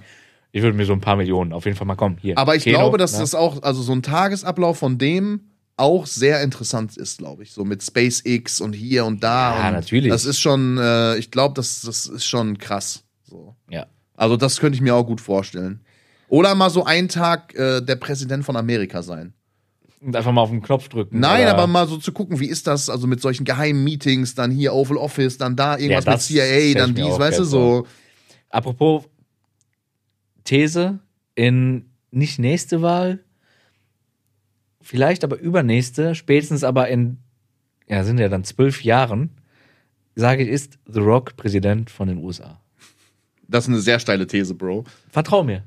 Ich würde mir so ein paar Millionen auf jeden Fall mal kommen. Hier. aber ich Keno, glaube, dass ne? das auch, also so ein Tagesablauf von dem auch sehr interessant ist, glaube ich. So mit SpaceX und hier und da. Ja, und natürlich. Das ist schon, äh, ich glaube, das, das ist schon krass. So. Ja. Also das könnte ich mir auch gut vorstellen. Oder mal so einen Tag äh, der Präsident von Amerika sein. Und einfach mal auf den Knopf drücken. Nein, oder- aber mal so zu gucken, wie ist das, also mit solchen geheimen Meetings, dann hier Oval Office, dann da irgendwas Ja, mit das stell CIA, ich dann mir dies, auch weißt du, geil so. vor. Apropos These in nicht nächste Wahl, vielleicht aber übernächste, spätestens aber in, ja, sind ja dann zwölf Jahren, sage ich, ist The Rock Präsident von den USA. Das ist eine sehr steile These, Bro. Vertrau mir.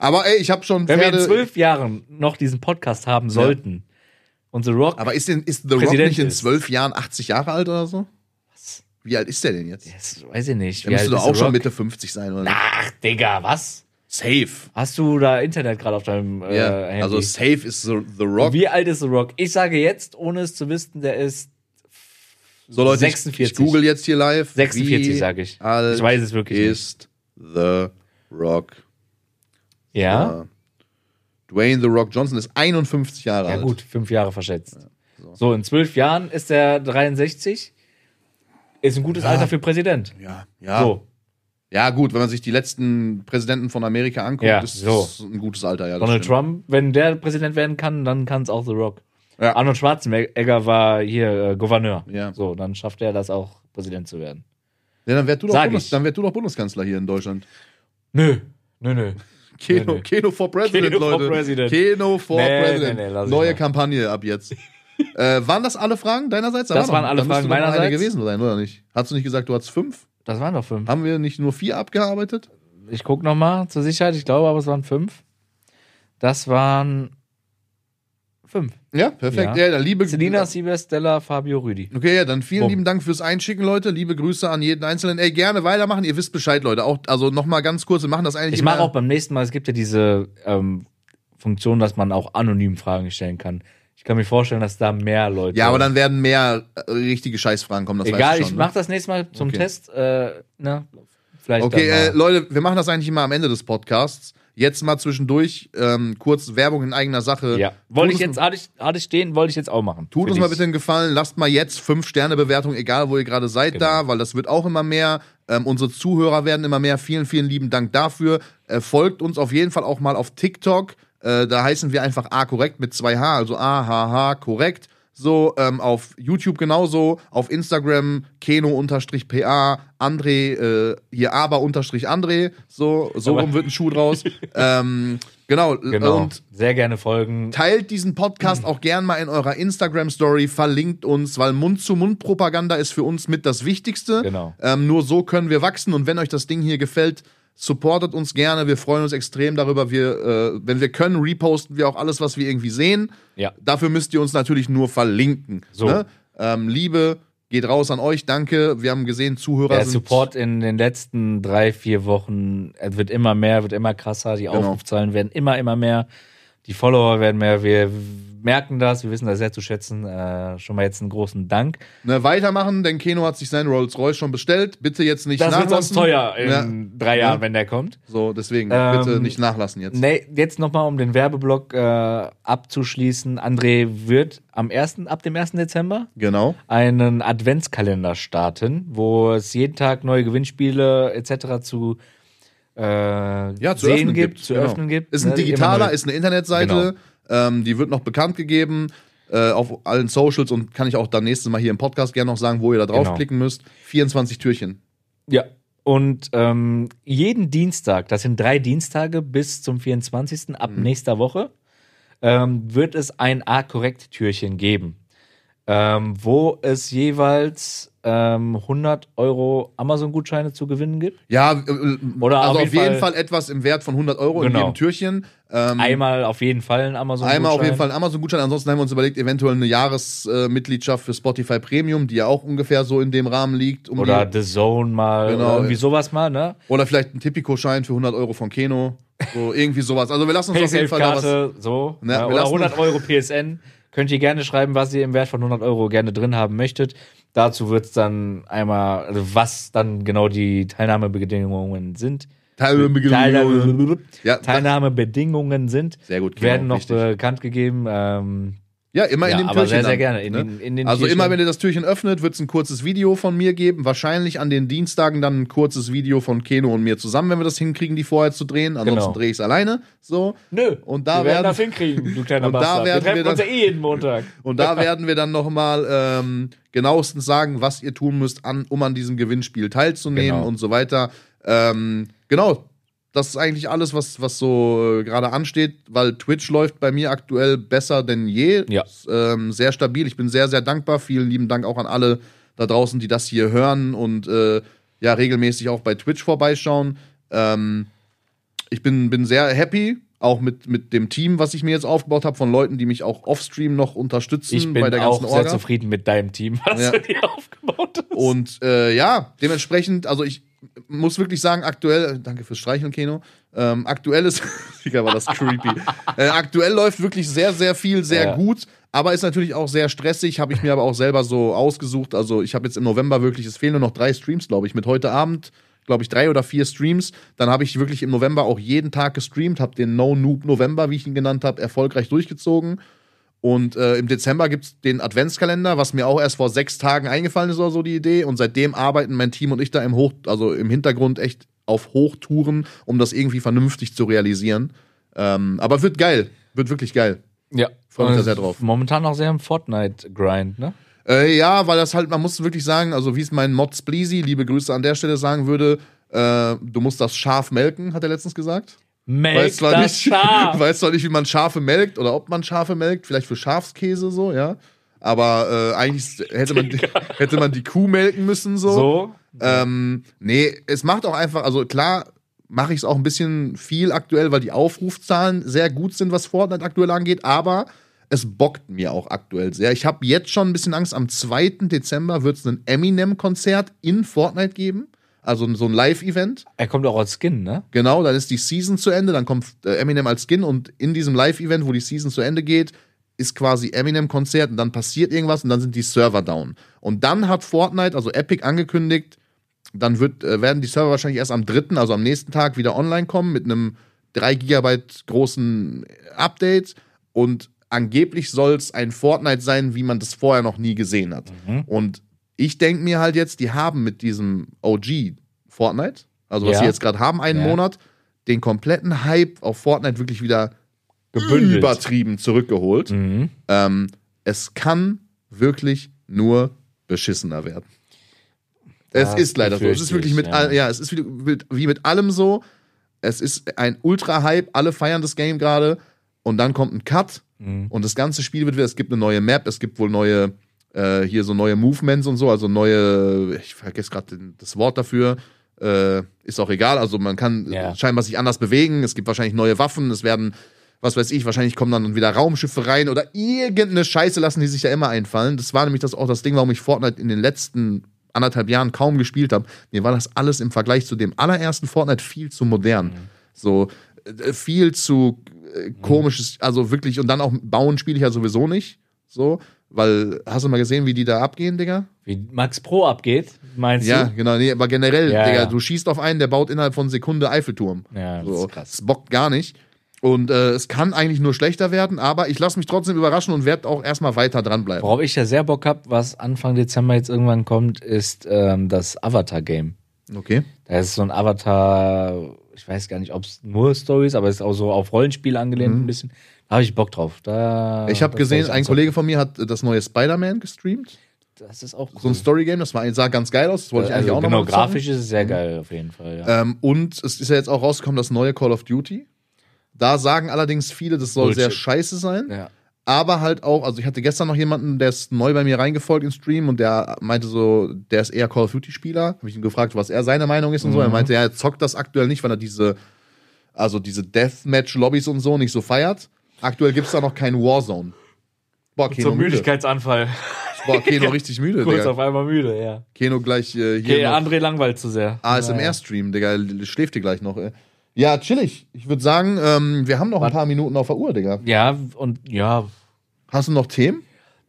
Aber ey, ich habe schon Wenn wir Pferde- in zwölf Jahren noch diesen Podcast haben sollten und The Rock, Aber ist, denn, ist The Rock Präsident nicht in ist. zwölf Jahren 80 Jahre alt oder so? Was? Wie alt ist der denn jetzt? das weiß ich nicht. Der wie müsste alt doch ist auch The schon Rock? Mitte 50 sein, oder? Ach, Digga, was? Safe. Hast du da Internet gerade auf deinem äh, Ja, Handy? also safe ist The, The Rock. Wie alt ist The Rock? Ich sage jetzt, ohne es zu wissen, der ist so Leute, ich- 46. ich google jetzt hier live. 46 Wie sage ich. Alt Ich weiß es wirklich Ist The Rock. ja. Ah? Äh, Dwayne The Rock Johnson ist 51 Jahre Ja, alt. gut, fünf Jahre verschätzt. so. in zwölf Jahren ist er 63. Ist ein gutes Alter für Präsident. Ja, ja. So. ja, gut, wenn man sich die letzten Präsidenten von Amerika anguckt, Ja, ist so. das ein gutes Alter. Ja, das Donald stimmt. Trump, wenn der Präsident werden kann, dann kann es auch The Rock. Ja. Arnold Schwarzenegger war hier äh, Gouverneur. Ja. So, dann schafft er das auch, Präsident zu werden. Ja, dann wärst du, doch Sag Bundes- ich. dann wär du doch Bundeskanzler hier in Deutschland. Nö, nö, nö. Keno, Nee, nee. Keno for President, Keno for Leute. President. Keno for Nee, President. nee, nee, lass ich Neue mal. Kampagne ab [laughs] jetzt. äh, waren das alle Fragen deinerseits? Da war Das noch- waren alle da müsste Fragen doch noch Eine meinerseits. gewesen sein, oder nicht? Hast du nicht gesagt, du hast fünf? Das waren doch fünf. Haben wir nicht nur vier abgearbeitet? Ich gucke nochmal zur Sicherheit. Ich glaube aber, es waren fünf. Das waren fünf. Ja, perfekt. Ja, Ja. dann liebe Selina, Siebes, Stella, Fabio, Rüdi. Okay, ja, dann vielen Bumm. lieben Dank fürs Einschicken, Leute. Liebe Grüße an jeden Einzelnen. Ey, gerne weitermachen. Ihr wisst Bescheid, Leute. Auch, also nochmal ganz kurz. Wir machen das eigentlich Ich mache immer- auch beim nächsten Mal, es gibt ja diese ähm, Funktion, dass man auch anonym Fragen stellen kann. Ich kann mir vorstellen, dass da mehr Leute. Ja, aber dann werden mehr äh, richtige Scheißfragen kommen. Das Egal, weiß ich, ich schon. ne? mach das nächste Mal zum Okay. Test. Äh, ne? Vielleicht Okay, äh, dann mal. Leute, wir machen das eigentlich immer am Ende des Podcasts. Jetzt mal zwischendurch ähm, kurz Werbung in eigener Sache. ja. Tut Wollte ich uns- jetzt, hatte ich, hatte ich stehen, wollte ich jetzt auch machen. Tut Für uns mal dich. bitte einen Gefallen, lasst mal jetzt 5-Sterne-Bewertung, egal wo ihr gerade seid, Genau. da, weil das wird auch immer mehr. Ähm, unsere Zuhörer werden immer mehr. Vielen, vielen lieben Dank dafür. Äh, folgt uns auf jeden Fall auch mal auf TikTok. Äh, da heißen wir einfach A korrekt mit 2H, also A, H, H korrekt. So, ähm, auf YouTube genauso, auf Instagram Keno-PA, André, äh, hier aber-André, so, so Aber- rum wird ein Schuh [laughs] draus. ähm, genau, Genau. und Sehr gerne folgen. Teilt diesen Podcast auch gern mal in eurer Instagram-Story, verlinkt uns, weil Mund-zu-Mund-Propaganda ist für uns mit das Wichtigste. Genau. Ähm, nur so können wir wachsen und wenn euch das Ding hier gefällt, supportet uns gerne. Wir freuen uns extrem darüber. Wir, äh, wenn wir können, reposten wir auch alles, was wir irgendwie sehen. Ja. Dafür müsst ihr uns natürlich nur verlinken. So. Ne? Ähm, Liebe geht raus an euch. Danke. Wir haben gesehen, Zuhörer Der sind Support in den letzten drei, vier Wochen äh, wird immer mehr, wird immer krasser. Die Genau. Aufrufzahlen werden immer, immer mehr. Die Follower werden mehr. Wir merken das, wir wissen das sehr zu schätzen. Äh, schon mal jetzt einen großen Dank. ne, weitermachen, denn Keno hat sich seinen Rolls-Royce schon bestellt. Bitte jetzt nicht Das wird nachlassen. sonst teuer in Ja. drei Jahren, Ja. wenn der kommt. So, deswegen Ähm, bitte nicht nachlassen jetzt. Nee, jetzt nochmal, um den Werbeblock äh, abzuschließen. André wird am 1., ab dem 1. Dezember Genau. einen Adventskalender starten, wo es jeden Tag neue Gewinnspiele etc. zu äh, ja, zu sehen öffnen gibt, gibt. zu genau. öffnen gibt. Ist ein ne, immer digitaler, neu. ist eine Internetseite, ähm, die wird noch bekannt gegeben äh, auf allen Socials und kann ich auch dann nächstes Mal hier im Podcast gerne noch sagen, wo ihr da draufklicken müsst. 24 Türchen. Ja. Und ähm, jeden Dienstag, das sind drei Dienstage bis zum 24. ab Mhm. nächster Woche, ähm, wird es ein A-Korrekt-Türchen geben, ähm, wo es jeweils ähm, 100 Euro Amazon-Gutscheine zu gewinnen gibt. Ja, äh, Oder also auf auf jeden jeden Fall, etwas im Wert von 100 Euro in Genau. jedem Türchen. Ähm, Einmal auf jeden Fall ein Amazon-Gutschein. Einmal auf jeden Fall ein Amazon-Gutschein. Ansonsten haben wir uns überlegt, eventuell eine Jahresmitgliedschaft für Spotify Premium, die ja auch ungefähr so in dem Rahmen liegt. Um Oder die, The Zone mal, Genau. oder irgendwie sowas mal, ne? oder vielleicht ein Tipico-Schein für 100 Euro von Keno. So [laughs] irgendwie sowas. Also wir lassen uns auf jeden Fall da was. PaySafe-Karte, so. Na, Ja, wir oder lassen- 100 Euro PSN. Könnt ihr gerne schreiben, was ihr im Wert von 100 Euro gerne drin haben möchtet. Dazu wird es dann einmal, also was dann genau die Teilnahmebedingungen sind. Teilnahme- Teilnahme- Ja, Teilnahmebedingungen sind, Sehr gut, werden genau, noch wichtig. bekannt gegeben. Ähm, Ja, immer Ja, in dem aber Türchen. sehr, sehr dann, gerne. In den- in den also Türchen. immer, wenn ihr das Türchen öffnet, wird es ein kurzes Video von mir geben. Wahrscheinlich an den Dienstagen dann ein kurzes Video von Keno und mir zusammen, wenn wir das hinkriegen, die vorher zu drehen. Ansonsten Genau. drehe ich es alleine. So. nö, Und da wir werden werden- das hinkriegen, du kleiner Und da Bastard. werden wir wir treffen uns ja dann- eh jeden Montag. Und [laughs] da werden wir dann nochmal ähm, genauestens sagen, was ihr tun müsst, an, um an diesem Gewinnspiel teilzunehmen Genau. und so weiter. Ähm, genau. Das ist eigentlich alles, was, was so äh, gerade ansteht, weil Twitch läuft bei mir aktuell besser denn je. Ja. Ist, ähm, sehr stabil. Ich bin sehr, sehr dankbar. Vielen lieben Dank auch an alle da draußen, die das hier hören und äh, ja, regelmäßig auch bei Twitch vorbeischauen. Ähm, ich bin, bin sehr happy, auch mit, mit dem Team, was ich mir jetzt aufgebaut habe, von Leuten, die mich auch offstream noch unterstützen Ich bin bei der auch ganzen sehr Orga. zufrieden mit deinem Team, [laughs] was Ja. du dir aufgebaut hast. Und äh, ja, dementsprechend, also ich muss wirklich sagen, aktuell, danke fürs Streicheln, Keno. Ähm, aktuell ist, [laughs] Digga, war das creepy. Äh, aktuell läuft wirklich sehr, sehr viel, sehr Ja. gut, aber ist natürlich auch sehr stressig, habe ich mir aber auch selber so ausgesucht. Also ich habe jetzt im November wirklich, es fehlen nur noch drei Streams, glaube ich, mit heute Abend glaube ich, drei oder vier Streams. Dann habe ich wirklich im November auch jeden Tag gestreamt, habe den No Noob November, wie ich ihn genannt habe, erfolgreich durchgezogen. Und äh, im Dezember gibt es den Adventskalender, was mir auch erst vor sechs Tagen eingefallen ist oder so die Idee. Und seitdem arbeiten mein Team und ich da im Hoch, also im Hintergrund echt auf Hochtouren, um das irgendwie vernünftig zu realisieren. Ähm, aber wird geil, wird wirklich geil. Ja, Freuen uns da Und sehr drauf. Momentan auch sehr im Fortnite-Grind, ne? Äh, ja, weil das halt, man muss wirklich sagen, also wie es mein Mod Spleasy, liebe Grüße an der Stelle sagen würde, äh, du musst das Schaf melken, hat er letztens gesagt. Melk Weiß zwar, das nicht, [laughs] Schaf. weiß zwar nicht, wie man Schafe melkt oder ob man Schafe melkt, vielleicht für Schafskäse so, ja. Aber äh, eigentlich hätte man, hätte man die Kuh melken müssen so. So, Ähm, nee, es macht auch einfach, also klar mache ich es auch ein bisschen viel aktuell, weil die Aufrufzahlen sehr gut sind, was Fortnite aktuell angeht, aber es bockt mir auch aktuell sehr. Ich habe jetzt schon ein bisschen Angst, am 2. Dezember wird es ein Eminem-Konzert in Fortnite geben, also so ein Live-Event. er kommt auch als Skin, ne? Genau, dann ist die Season zu Ende, dann kommt äh, Eminem als Skin und in diesem Live-Event, wo die Season zu Ende geht, ist quasi Eminem-Konzert und dann passiert irgendwas und dann sind die Server down. Und dann hat Fortnite, also Epic, angekündigt, dann wird, äh, werden die Server wahrscheinlich erst am dritten, also am nächsten Tag, wieder online kommen mit einem 3 Gigabyte großen Update. Und angeblich soll es ein Fortnite sein, wie man das vorher noch nie gesehen hat. Mhm. Und ich denke mir halt jetzt, die haben mit diesem OG Fortnite, also was Ja. sie jetzt gerade haben, einen Ja. Monat, den kompletten Hype auf Fortnite wirklich wieder Gebündelt. übertrieben zurückgeholt. Mhm. Ähm, es kann wirklich nur beschissener werden. Es Das ist leider so. Es ist befürchte wirklich ich, mit, ja. all, ja, es ist wie, mit- wie mit allem so. Es ist ein Ultra-Hype, alle feiern das Game gerade und dann kommt ein Cut Mhm. und das ganze Spiel wird wieder, es gibt eine neue Map, es gibt wohl neue, äh, hier so neue Movements und so, also neue, ich vergesse gerade den- das Wort dafür, äh, ist auch egal, also man kann Ja. scheinbar sich anders bewegen, es gibt wahrscheinlich neue Waffen, es werden, was weiß ich, wahrscheinlich kommen dann wieder Raumschiffe rein oder irgendeine Scheiße lassen die sich ja immer einfallen. Das war nämlich das auch das Ding, warum ich Fortnite in den letzten anderthalb Jahren kaum gespielt habe. Mir war das alles im Vergleich zu dem allerersten Fortnite viel zu modern. Mhm. So äh, viel zu äh, komisches, also wirklich, und dann auch bauen spiele ich ja sowieso nicht. So, weil, hast du mal gesehen, wie die da abgehen, Digga? Wie Max Pro abgeht, meinst Ja, du? genau, nee, aber generell, Ja, Digga, ja. du schießt auf einen, der baut innerhalb von Sekunde Eiffelturm. Ja, das so, ist krass. Es bockt gar nicht. Und äh, es kann eigentlich nur schlechter werden, aber ich lasse mich trotzdem überraschen und werde auch erstmal weiter dranbleiben. Worauf ich ja sehr Bock hab, was Anfang Dezember jetzt irgendwann kommt, ist ähm, das Avatar-Game. Okay. Da ist so ein Avatar, ich weiß gar nicht, ob es nur Stories, aber es ist auch so auf Rollenspiel angelehnt ein bisschen. Da habe ich Bock drauf. Da, Mhm. Ich habe das gesehen, werd ich ein anzocken. Kollege von mir hat äh, das neue Spider-Man gestreamt. Das ist auch cool. So ein Story-Game, das war, sah ganz geil aus. Das wollte ich eigentlich also auch genau, noch mal Mhm. zocken. grafisch ist es sehr geil auf jeden Fall. Ja. Ähm, und es ist ja jetzt auch rausgekommen, das neue Call of Duty. Da sagen allerdings viele, das soll Bullshit. sehr scheiße sein. ja. Aber halt auch, also ich hatte gestern noch jemanden, der ist neu bei mir reingefolgt im Stream und der meinte so, der ist eher Call of Duty-Spieler. Habe ich ihn gefragt, was er seine Meinung ist und Mhm. so. Er meinte, ja, er zockt das aktuell nicht, weil er diese, also diese Deathmatch-Lobbys und so nicht so feiert. Aktuell gibt es da noch keinen Warzone. Boah, Keno Zum müde. [laughs] Müdigkeitsanfall. Boah, [laughs] Keno richtig müde, Kurz Digga. auf einmal müde, ja. Keno gleich äh, hier. Okay, noch- André langweilt zu sehr. ASMR-Stream, Digga, l- schläft ihr gleich noch. Ey. Ja, chillig. Ich würde sagen, ähm, wir haben noch ein paar Minuten auf der Uhr, Digga. Ja, und ja, Hast du noch Themen?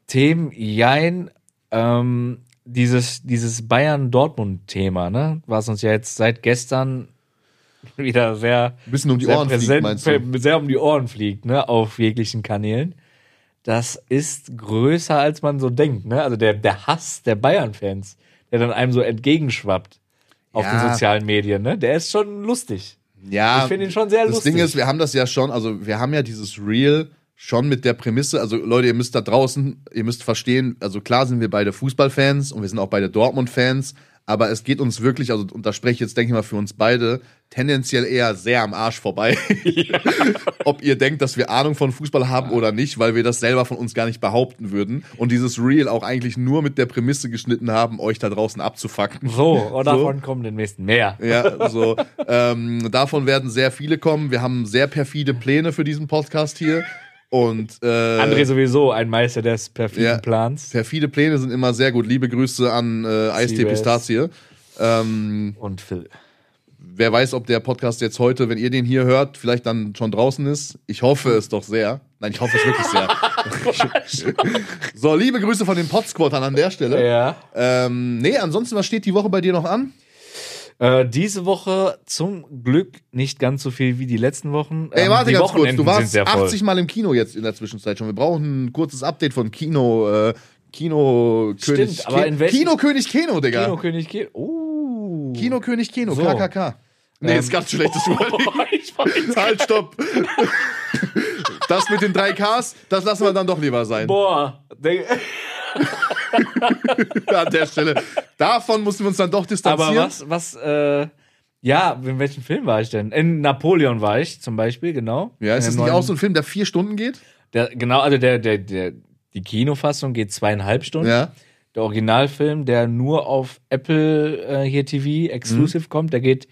Themen, jein, ähm, dieses, dieses Bayern-Dortmund-Thema, ne, was uns ja jetzt seit gestern [laughs] wieder sehr, Ein bisschen um die sehr Ohren fliegt, präsent, meinst du? sehr um die Ohren fliegt, ne, auf jeglichen Kanälen. Das ist größer, als man so denkt, ne, also der, der Hass der Bayern-Fans, der dann einem so entgegenschwappt auf Ja. den sozialen Medien, ne, der ist schon lustig. Ja, Ich finde ihn schon sehr das lustig. Ding ist, wir haben das ja schon, also wir haben ja dieses Reel schon mit der Prämisse, also Leute, ihr müsst da draußen, ihr müsst verstehen, also klar sind wir beide Fußballfans und wir sind auch beide Dortmund-Fans, aber es geht uns wirklich, also und da spreche ich jetzt, denke ich mal, für uns beide, tendenziell eher sehr am Arsch vorbei. [laughs] Ob ihr denkt, dass wir Ahnung von Fußball haben oder nicht, weil wir das selber von uns gar nicht behaupten würden und dieses Reel auch eigentlich nur mit der Prämisse geschnitten haben, euch da draußen abzufacken. [laughs] So, und So. Äh. davon kommen demnächst mehr. Ja, so. ähm, davon werden sehr viele kommen. Wir haben sehr perfide Pläne für diesen Podcast hier. Und äh, André sowieso ein Meister des perfiden ja. Plans. perfide Pläne sind immer sehr gut. Liebe Grüße an äh, Eistee Siebes. Pistazie. Ähm, Und Phil. wer weiß, ob der Podcast jetzt heute, wenn ihr den hier hört, vielleicht dann schon draußen ist. Ich hoffe es doch sehr. Nein, ich hoffe es wirklich sehr. so, liebe Grüße von den Podsquattern an der Stelle. Ja. Ähm, nee, ansonsten, was steht die Woche bei dir noch an? Äh, diese Woche zum Glück nicht ganz so viel wie die letzten Wochen. Ey, Ähm, warte die ganz kurz, du Wochenenden sind warst sehr voll. 80 Mal im Kino jetzt in der Zwischenzeit schon. Wir brauchen ein kurzes Update von Kino, äh, Kino König Stimmt, aber Ke- in welchem- Kino König Keno, Digga. Kino Kino, König Kino. Oh. König Keno, So. KKK. Nee, ist ganz schlechtes Wording. [laughs] [laughs] ich weiß. Halt, stopp. das mit den drei Ks, das lassen wir dann doch lieber sein. Boah. Denk- [laughs] An der Stelle. Davon mussten wir uns dann doch Aber distanzieren. was, was, äh, ja, in welchem Film war ich denn? In Napoleon war ich zum Beispiel, genau. Ja, ist das In der nicht neuen- auch so ein Film, der vier Stunden geht? Der, genau, also der, der, der, die Kinofassung geht zweieinhalb Stunden. Ja. Der Originalfilm, der nur auf Apple äh, hier TV Exclusive Mhm. kommt, der geht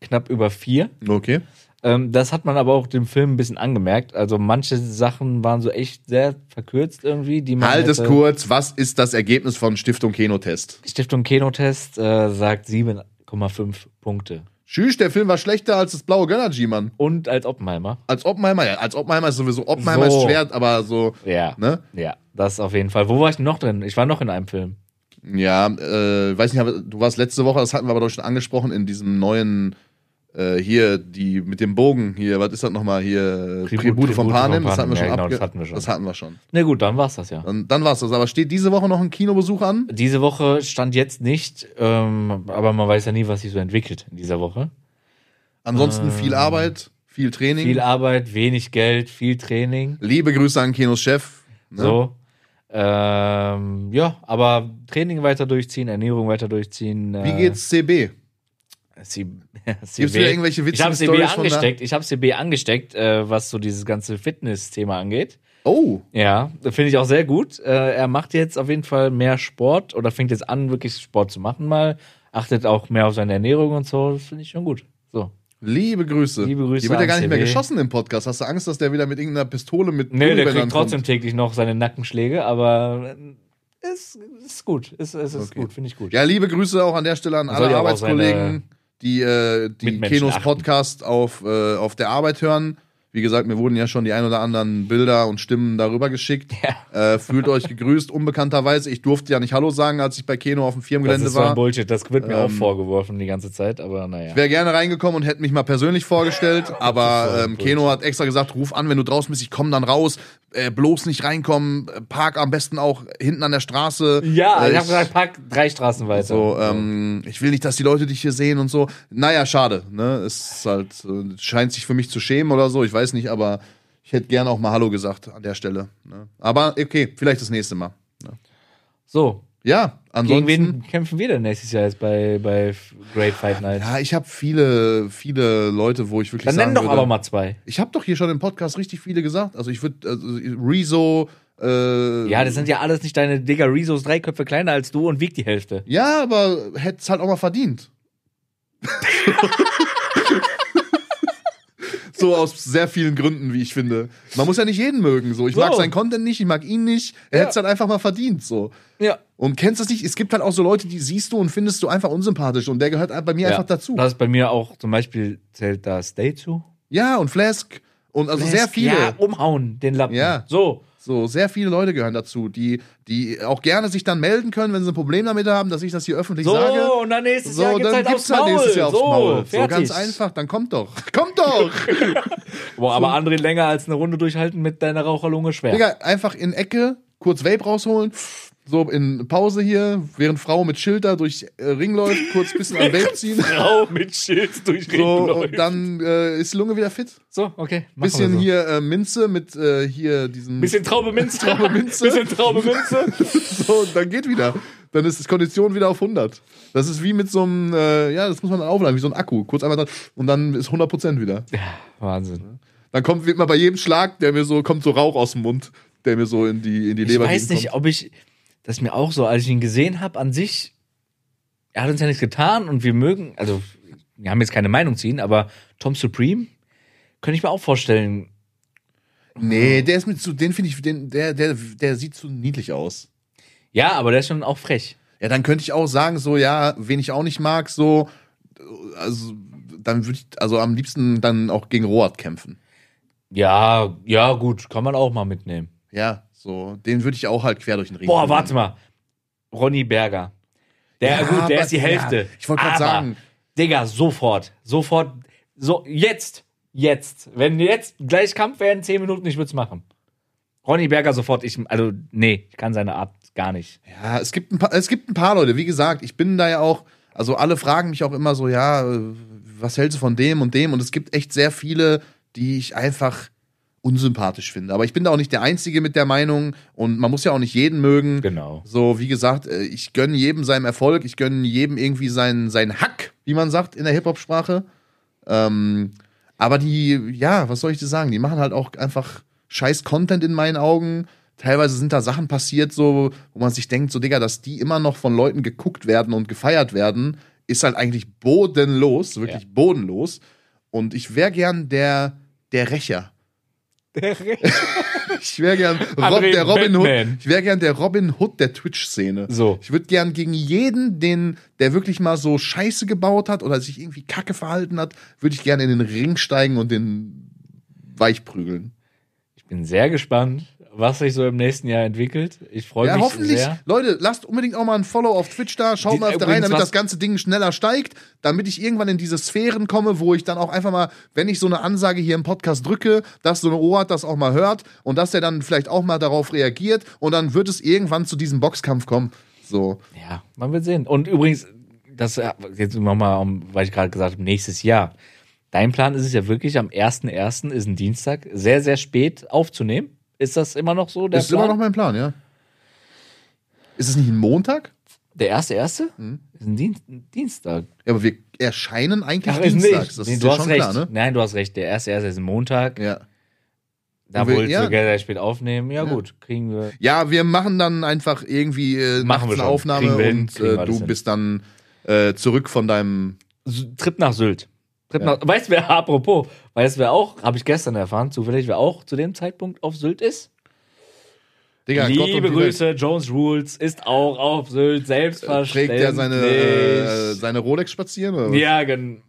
knapp über vier. Okay. Ähm, das hat man aber auch dem Film ein bisschen angemerkt. Also manche Sachen waren so echt sehr verkürzt irgendwie, die man Halt es hätte- kurz, was ist das Ergebnis von Stiftung Keno-Test? Stiftung Kenotest äh, sagt 7,5 Punkte. Tschüss, der Film war schlechter als das blaue Gönnergy, Mann. Und als Oppenheimer. Als Oppenheimer, ja, als Oppenheimer ist sowieso, Oppenheimer So. ist schwer, aber so, Ja. ne? Ja, das auf jeden Fall. Wo war ich denn noch drin? Ich war noch in einem Film. Ja, äh, weiß nicht, aber du warst letzte Woche, das hatten wir aber doch schon angesprochen, in diesem neuen, äh, hier, die, mit dem Bogen hier, was ist das nochmal hier? Tribute Tribut- von Tribute von Panem, das hatten wir Panem, schon. ja, genau, abge- das hatten wir schon. Das hatten wir schon. Na gut, dann war's das ja. Dann, dann war's das, aber steht diese Woche noch ein Kinobesuch an? Diese Woche stand jetzt nicht, ähm, aber man weiß ja nie, was sich so entwickelt in dieser Woche. Ansonsten viel Arbeit, viel Training. Ähm. Viel Arbeit, wenig Geld, viel Training. Liebe Grüße an Kinos Chef. Ne? So. Ähm, ja, aber Training weiter durchziehen, Ernährung weiter durchziehen. Wie geht's CB? Sie, [laughs] CB. Gibt's wieder irgendwelche ich habe witzigen CB Stories von da? angesteckt. Ich habe CB angesteckt, äh, was so dieses ganze Fitness-Thema angeht. Oh, Ja, finde ich auch sehr gut. Äh, er macht jetzt auf jeden Fall mehr Sport oder fängt jetzt an, wirklich Sport zu machen mal. Achtet auch mehr auf seine Ernährung und so. Das finde ich schon gut. So. liebe Grüße. Liebe Grüße Hier wird ja an gar nicht mehr CB. geschossen im Podcast. Hast du Angst, dass der wieder mit irgendeiner Pistole mit Nee, der Gummibändern kriegt trotzdem kommt? täglich noch seine Nackenschläge, aber äh, ist, ist gut. Ist, ist, ist Okay. gut, finde ich gut. Ja, liebe Grüße auch an der Stelle an Man alle soll ja auch auf Arbeitskollegen, die äh, die Mitmenschen Kenos achten. Podcast auf, äh, auf der Arbeit hören. Wie gesagt, mir wurden ja schon die ein oder anderen Bilder und Stimmen darüber geschickt. Äh, fühlt euch [laughs] gegrüßt, unbekannterweise. Ich durfte ja nicht Hallo sagen, als ich bei Keno auf dem das Firmengelände ist so war. ein Bullshit. Das wird mir auch Ähm, vorgeworfen die ganze Zeit, aber naja. Ich wäre gerne reingekommen und hätte mich mal persönlich vorgestellt, aber ähm, Keno hat extra gesagt, ruf an, wenn du draußen bist, ich komme dann raus, äh, bloß nicht reinkommen, äh, park am besten auch hinten an der Straße. Ja, äh, ich habe gesagt, pack drei Straßen weiter. so, ähm, ich will nicht, dass die Leute dich hier sehen und so. Naja, schade, ne? Es ist halt, äh, scheint sich für mich zu schämen oder so, ich weiß nicht, aber ich hätte gerne auch mal Hallo gesagt an der Stelle. Ne? Aber okay, vielleicht das nächste Mal. so. Ja, ansonsten. Gegen wen kämpfen wir denn nächstes Jahr jetzt bei, bei Great Fight Night? ja, ich habe viele, viele Leute, wo ich wirklich Dann sagen nenn doch würde, aber mal zwei. Ich habe doch hier schon im Podcast richtig viele gesagt. Also ich würde also Rezo. Äh, Ja, das sind ja alles nicht deine Digga. Rezo ist drei Köpfe kleiner als du und wiegt die Hälfte. Ja, aber hätte es halt auch mal verdient. [laughs] so aus sehr vielen Gründen, wie ich finde. Man muss ja nicht jeden mögen. So, ich So. mag seinen Content nicht, ich mag ihn nicht. Er Ja. hätte es halt einfach mal verdient. So. Ja. Und kennst du das nicht? Es gibt halt auch so Leute, die siehst du und findest du einfach unsympathisch. Und der gehört halt bei mir einfach dazu. Das ist bei mir auch zum Beispiel zählt da Stay zu. Ja, und Flask. Und also sehr viele. Ja, umhauen, den Lappen. Ja. So. So, sehr viele Leute gehören dazu, die, die auch gerne sich dann melden können, wenn sie ein Problem damit haben, dass ich das hier öffentlich So, sage. und dann nächstes So, Jahr gibt's dann halt gibt's aufs halt Maul. nächstes Jahr aufs so, Maul. So, fertig. ganz einfach, dann kommt doch. [laughs] Kommt doch! Boah, aber André länger als eine Runde durchhalten mit deiner Raucherlunge schwer. Digga, einfach in Ecke, kurz Vape rausholen, so in Pause hier, während Frau mit Schild da durch äh, Ring läuft, kurz ein bisschen am Vape [laughs] ziehen. Frau mit Schild durch So, und dann äh, ist die Lunge wieder fit. so okay. machen Bisschen wir so. hier äh, Minze mit äh, hier diesem. Bisschen Traube Minze. Traube Minze. Bisschen Traube Minze. [laughs] So, und dann geht wieder. Dann ist die Kondition wieder auf 100. Das ist wie mit so einem, äh, ja, das muss man dann aufladen, wie so ein Akku. Kurz einmal dran und dann ist 100% wieder. Wahnsinn. Dann kommt wird mal bei jedem Schlag, der mir so, kommt so Rauch aus dem Mund, der mir so in die, in die Ich Leber weiß nicht, gegenkommt. ob ich das mir auch so, als ich ihn gesehen habe, an sich, er hat uns ja nichts getan und wir mögen, also wir haben jetzt keine Meinung zu ihm, aber Tom Supreme könnte ich mir auch vorstellen. Nee, der ist mit zu, den finde ich, den, der, der, der sieht zu niedlich aus. Ja, aber der ist schon auch frech. Ja, dann könnte ich auch sagen, so, ja, wen ich auch nicht mag, so, also, dann würde ich, also am liebsten dann auch gegen Rohat kämpfen. Ja, ja, gut, kann man auch mal mitnehmen. Ja, so, den würde ich auch halt quer durch den Ring. Boah, bringen. warte mal. Ronny Berger. Der, Ja, gut, der aber- ist die ja, Hälfte. ich wollte gerade Aber, sagen. Digga, sofort. Sofort. So, jetzt. Jetzt. Wenn jetzt gleich Kampf wären, 10 Minuten, ich würde es machen. Ronny Berger sofort. Ich, also, nee, ich kann seine Art gar nicht. Ja, es gibt, ein paar, es gibt ein paar Leute, wie gesagt, ich bin da ja auch, also alle fragen mich auch immer so, ja, äh, was hältst du von dem und dem? Und es gibt echt sehr viele, die ich einfach unsympathisch finde. Aber ich bin da auch nicht der Einzige mit der Meinung und man muss ja auch nicht jeden mögen. Genau. So, wie gesagt, äh, ich gönne jedem seinem Erfolg, ich gönne jedem irgendwie seinen, seinen Hack, wie man sagt in der Hip-Hop-Sprache. Ähm, aber die, ja, was soll ich dir sagen? Die machen halt auch einfach scheiß Content in meinen Augen. Teilweise sind da Sachen passiert, so, wo man sich denkt, so, Digga, dass die immer noch von Leuten geguckt werden und gefeiert werden, ist halt eigentlich bodenlos, wirklich Ja. bodenlos. Und ich wäre gern der, der Rächer. Der Rechte. [laughs] Ich wäre gern Rob, André der Robin Batman. Hood. Ich wäre gern der Robin Hood der Twitch-Szene. So. Ich würde gern gegen jeden, den, der wirklich mal so Scheiße gebaut hat oder sich irgendwie Kacke verhalten hat, würde ich gerne in den Ring steigen und den weichprügeln. Ich bin sehr gespannt, was sich so im nächsten Jahr entwickelt. Ich freue Ja, mich hoffentlich. sehr. Leute, lasst unbedingt auch mal ein Follow auf Twitch da. Schaut Die- mal öfter rein, übrigens damit was- das ganze Ding schneller steigt, damit ich irgendwann in diese Sphären komme, wo ich dann auch einfach mal, wenn ich so eine Ansage hier im Podcast drücke, dass so ein Ohr das auch mal hört und dass der dann vielleicht auch mal darauf reagiert und dann wird es irgendwann zu diesem Boxkampf kommen. So. Ja, man wird sehen. Und übrigens, das äh, jetzt nochmal, um, weil ich gerade gesagt habe, nächstes Jahr. Dein Plan ist es ja wirklich, am 1.1. ist ein Dienstag, sehr, sehr spät aufzunehmen. Ist das immer noch so? Der ist Plan? immer noch mein Plan, ja. Ist es nicht ein Montag? der 1.1.? Mhm. Ist ein Dien Dienstag. Ja, aber wir erscheinen eigentlich Ach, ist nicht. dienstags. Das Nee, ist du ja hast schon recht. klar, ne? Nein, du hast recht. Der 1.1. ist ein Montag. Ja. Da Wir- wohl ja. ja. sogar sehr spät aufnehmen. Ja, Ja. gut, kriegen wir. Ja, wir machen dann einfach irgendwie äh, Machen wir nachts eine schon. Aufnahme Kriegen wir hin, und kriegen wir äh, alles du hin. bist dann äh, zurück von deinem. S- Trip nach Sylt. Trip nach, weißt du, wer, [laughs] apropos, weißt du, wer auch, habe ich gestern erfahren, zufällig, wer auch zu dem Zeitpunkt auf Sylt ist? Digga, Gott und Liebe die Welt. Äh, Grüße, Jones Rules ist auch auf Sylt, selbstverständlich. Trägt er seine, äh, seine Rolex spazieren? Oder was? [laughs] ja, gen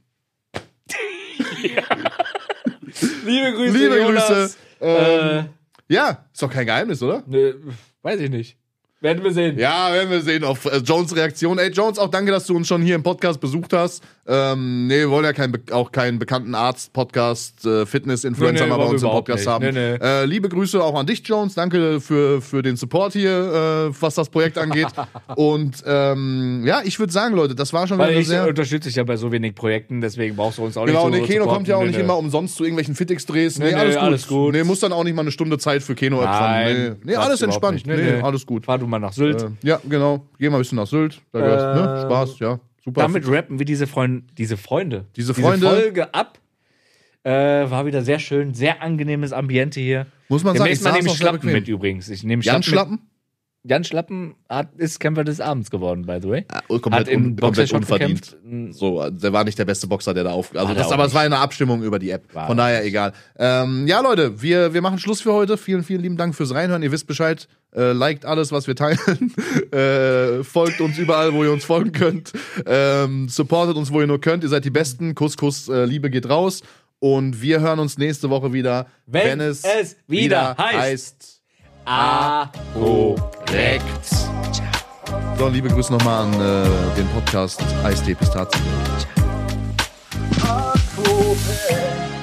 Ja. Liebe Grüße, Liebe Jonas. Grüße. Äh, Ähm, ja, ist doch kein Geheimnis, oder? nö, weiß ich nicht. Werden wir sehen. Ja, werden wir sehen auf äh, Jones Reaktion. Ey, Jones, auch danke, dass du uns schon hier im Podcast besucht hast. Ähm, nee, wir wollen ja kein, Be- auch keinen bekannten Arzt-Podcast, äh, Fitness-Influencer Nee, nee, mal bei wollen uns wir im überhaupt Podcast nicht. haben. Nee, nee. Äh, liebe Grüße auch an dich, Jones. Danke für, für den Support hier, äh, was das Projekt [laughs] angeht. Und ähm, ja, ich würde sagen, Leute, das war schon Weil wieder ich sehr... unterstütze dich ja bei so wenig Projekten, deswegen brauchst du uns auch Genau, nicht nee, so Keno supporten. kommt ja auch Nö, nicht nö. immer umsonst zu irgendwelchen Fitix-Drehs. Nee, Nee, nee, alles, gut. alles gut. Nee, muss dann auch nicht mal eine Stunde Zeit für Keno Nein, opfern. Nee, nee alles passt entspannt. überhaupt nicht. Nee, nee, nee. alles gut. Fahr du mal nach Sylt. Äh, ja, genau. Geh mal ein bisschen nach Sylt. Da gehört, ne? Ähm, Spaß, ja. Super. Damit rappen wir diese, Freund diese Freunde. Diese Freunde. Folge ab. Äh, war wieder sehr schön, sehr angenehmes Ambiente hier. Muss man Demnächst mal sagen, ich nehme saß noch ich sehr Schlappen bequem. mit übrigens. Ich nehme Jan Schlappen. Schlappen? Mit. Jan Schlappen hat, ist Kämpfer des Abends geworden, by the way. Ah, komplett, hat un im komplett Boxershot unverdient. gekämpft. Mm. So, also der war nicht der beste Boxer, der da auf. Also der das, auch aber es nicht. war eine Abstimmung über die App. War Von er daher egal. Ähm, ja, Leute, wir, wir machen Schluss für heute. Vielen, vielen lieben Dank fürs Reinhören. Ihr wisst Bescheid. Äh, liked alles, was wir teilen. [laughs] äh, folgt uns überall, wo ihr uns folgen könnt. Ähm, supportet uns, wo ihr nur könnt. Ihr seid die Besten. Kuss, Kuss, äh, Liebe geht raus. Und wir hören uns nächste Woche wieder, Wenn es wieder heißt- Ah, oh. Korrekt. So, liebe Grüße nochmal an äh, den Podcast Eistee Pistazien. Akku-Band.